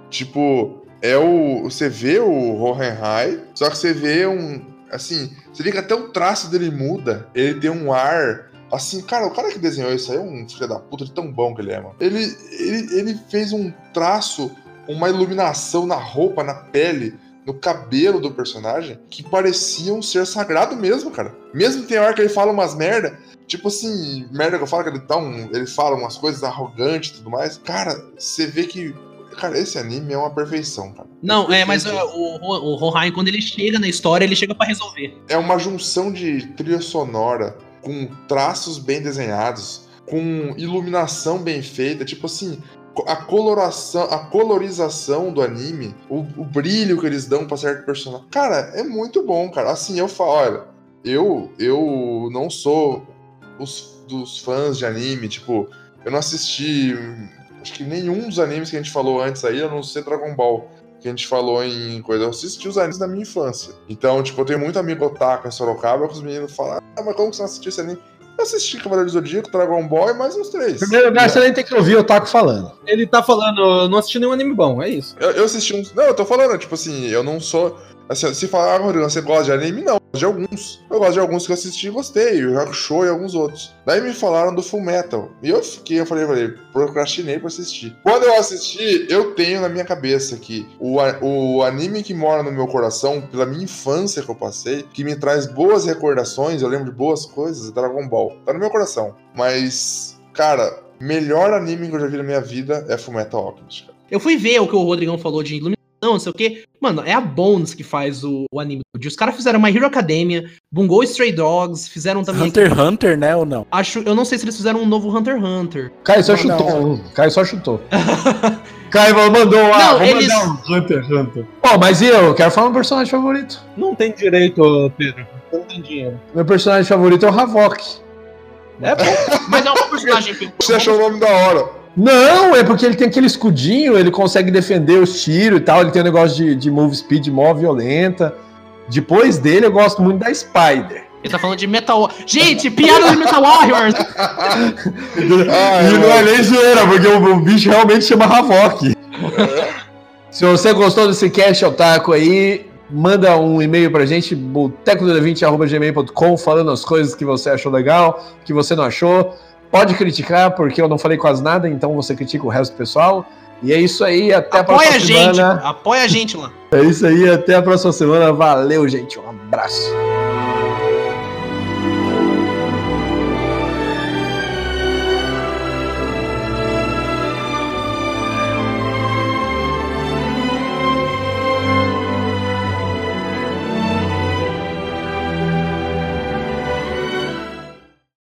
Speaker 7: tipo, é o. Você vê o Hohenheim, só que você vê um. Assim, você vê que até o traço dele muda. Ele tem um ar. Assim, cara, o cara que desenhou isso aí é um filho da puta de tão bom que ele é, mano. Ele, ele, ele fez um traço, uma iluminação na roupa, na pele, no cabelo do personagem, que parecia um ser sagrado mesmo, cara. Mesmo tem hora que ele fala umas merda, Tipo assim, merda que eu falo que ele dá um. Ele fala umas coisas arrogantes e tudo mais. Cara, você vê que. Cara, esse anime é uma perfeição, cara.
Speaker 2: Não, é, mas
Speaker 7: perfeito.
Speaker 2: ó, o, Ho- o Hohenheim, quando ele chega na história, ele chega pra resolver.
Speaker 7: É uma junção de trilha sonora com traços bem desenhados, com iluminação bem feita. Tipo assim, co- a coloração, a colorização do anime, o, o brilho que eles dão pra certo personagem. Cara, é muito bom, cara. Assim, eu falo, olha, eu, eu não sou os, dos fãs de anime, tipo, eu não assisti. hum, Acho que nenhum dos animes que a gente falou antes aí, a não ser Dragon Ball que a gente falou em coisa. Eu assisti os animes da minha infância. Então, tipo, eu tenho muito amigo otaku em Sorocaba que os meninos falam, ah, mas como que você não assistiu esse anime? Eu assisti Cavaleiros do Zodíaco, Dragon Ball e mais uns três.
Speaker 3: Primeiro lugar, você nem tem que ouvir o Taco falando.
Speaker 11: Ele tá falando, eu não assisti nenhum anime bom, é isso.
Speaker 7: Eu, eu assisti uns. Não, eu tô falando, tipo assim, eu não sou. Assim, se falar, ah, Rodrigo, você gosta de anime? Não, eu gosto de alguns. Eu gosto de alguns que eu assisti e gostei, o Hakusho e alguns outros. Daí me falaram do Full Metal. E eu fiquei, eu falei, falei, procrastinei pra assistir. Quando eu assisti, eu tenho na minha cabeça que o, a- o anime que mora no meu coração, pela minha infância que eu passei, que me traz boas recordações, eu lembro de boas coisas, é Dragon Ball. Tá no meu coração. Mas, cara, melhor anime que eu já vi na minha vida é Full Metal Alchemist, cara.
Speaker 2: Eu fui ver o que o Rodrigão falou de iluminação, não sei o quê. Mano, é a Bones que faz o, o anime do dia. Os caras fizeram My Hero Academia, Bungo Stray Dogs, fizeram também.
Speaker 4: Hunter x Hunter, né, ou não?
Speaker 2: Acho, eu não sei se eles fizeram um novo Hunter x Hunter.
Speaker 3: Caio só
Speaker 4: Não,
Speaker 3: chutou um. Caio só chutou.
Speaker 5: Caio mandou um. Ah,
Speaker 2: Não,
Speaker 5: vou
Speaker 2: eles-
Speaker 5: mandar um Hunter x Hunter.
Speaker 3: Ó, mas e eu? Quero falar meu personagem favorito.
Speaker 11: Não tem direito, Pedro. Não tem dinheiro.
Speaker 3: Meu personagem favorito é o Havok.
Speaker 11: É bom.
Speaker 2: Mas é um personagem que.
Speaker 7: Você achou o nome da hora.
Speaker 3: Não, é porque ele tem aquele escudinho, ele consegue defender os tiros e tal. Ele tem um negócio de, de move speed mó violenta. Depois dele, eu gosto muito da Spider.
Speaker 2: Ele tá falando de Metal. Gente, piada de Metal Warriors!
Speaker 7: Ah,
Speaker 5: e
Speaker 7: eu-
Speaker 5: não é nem zoeira, porque o, o bicho realmente chama Havok.
Speaker 3: Se você gostou desse cast otaku aí, manda um e-mail pra gente, botecodo20.gmail.com, falando as coisas que você achou legal, que você não achou. Pode criticar, porque eu não falei quase nada, então você critica o resto do pessoal. E é isso aí, até a
Speaker 2: Apoia
Speaker 3: próxima
Speaker 2: a gente!
Speaker 3: semana.
Speaker 2: Apoia a gente lá.
Speaker 3: É isso aí, até a próxima semana. Valeu, gente. Um abraço.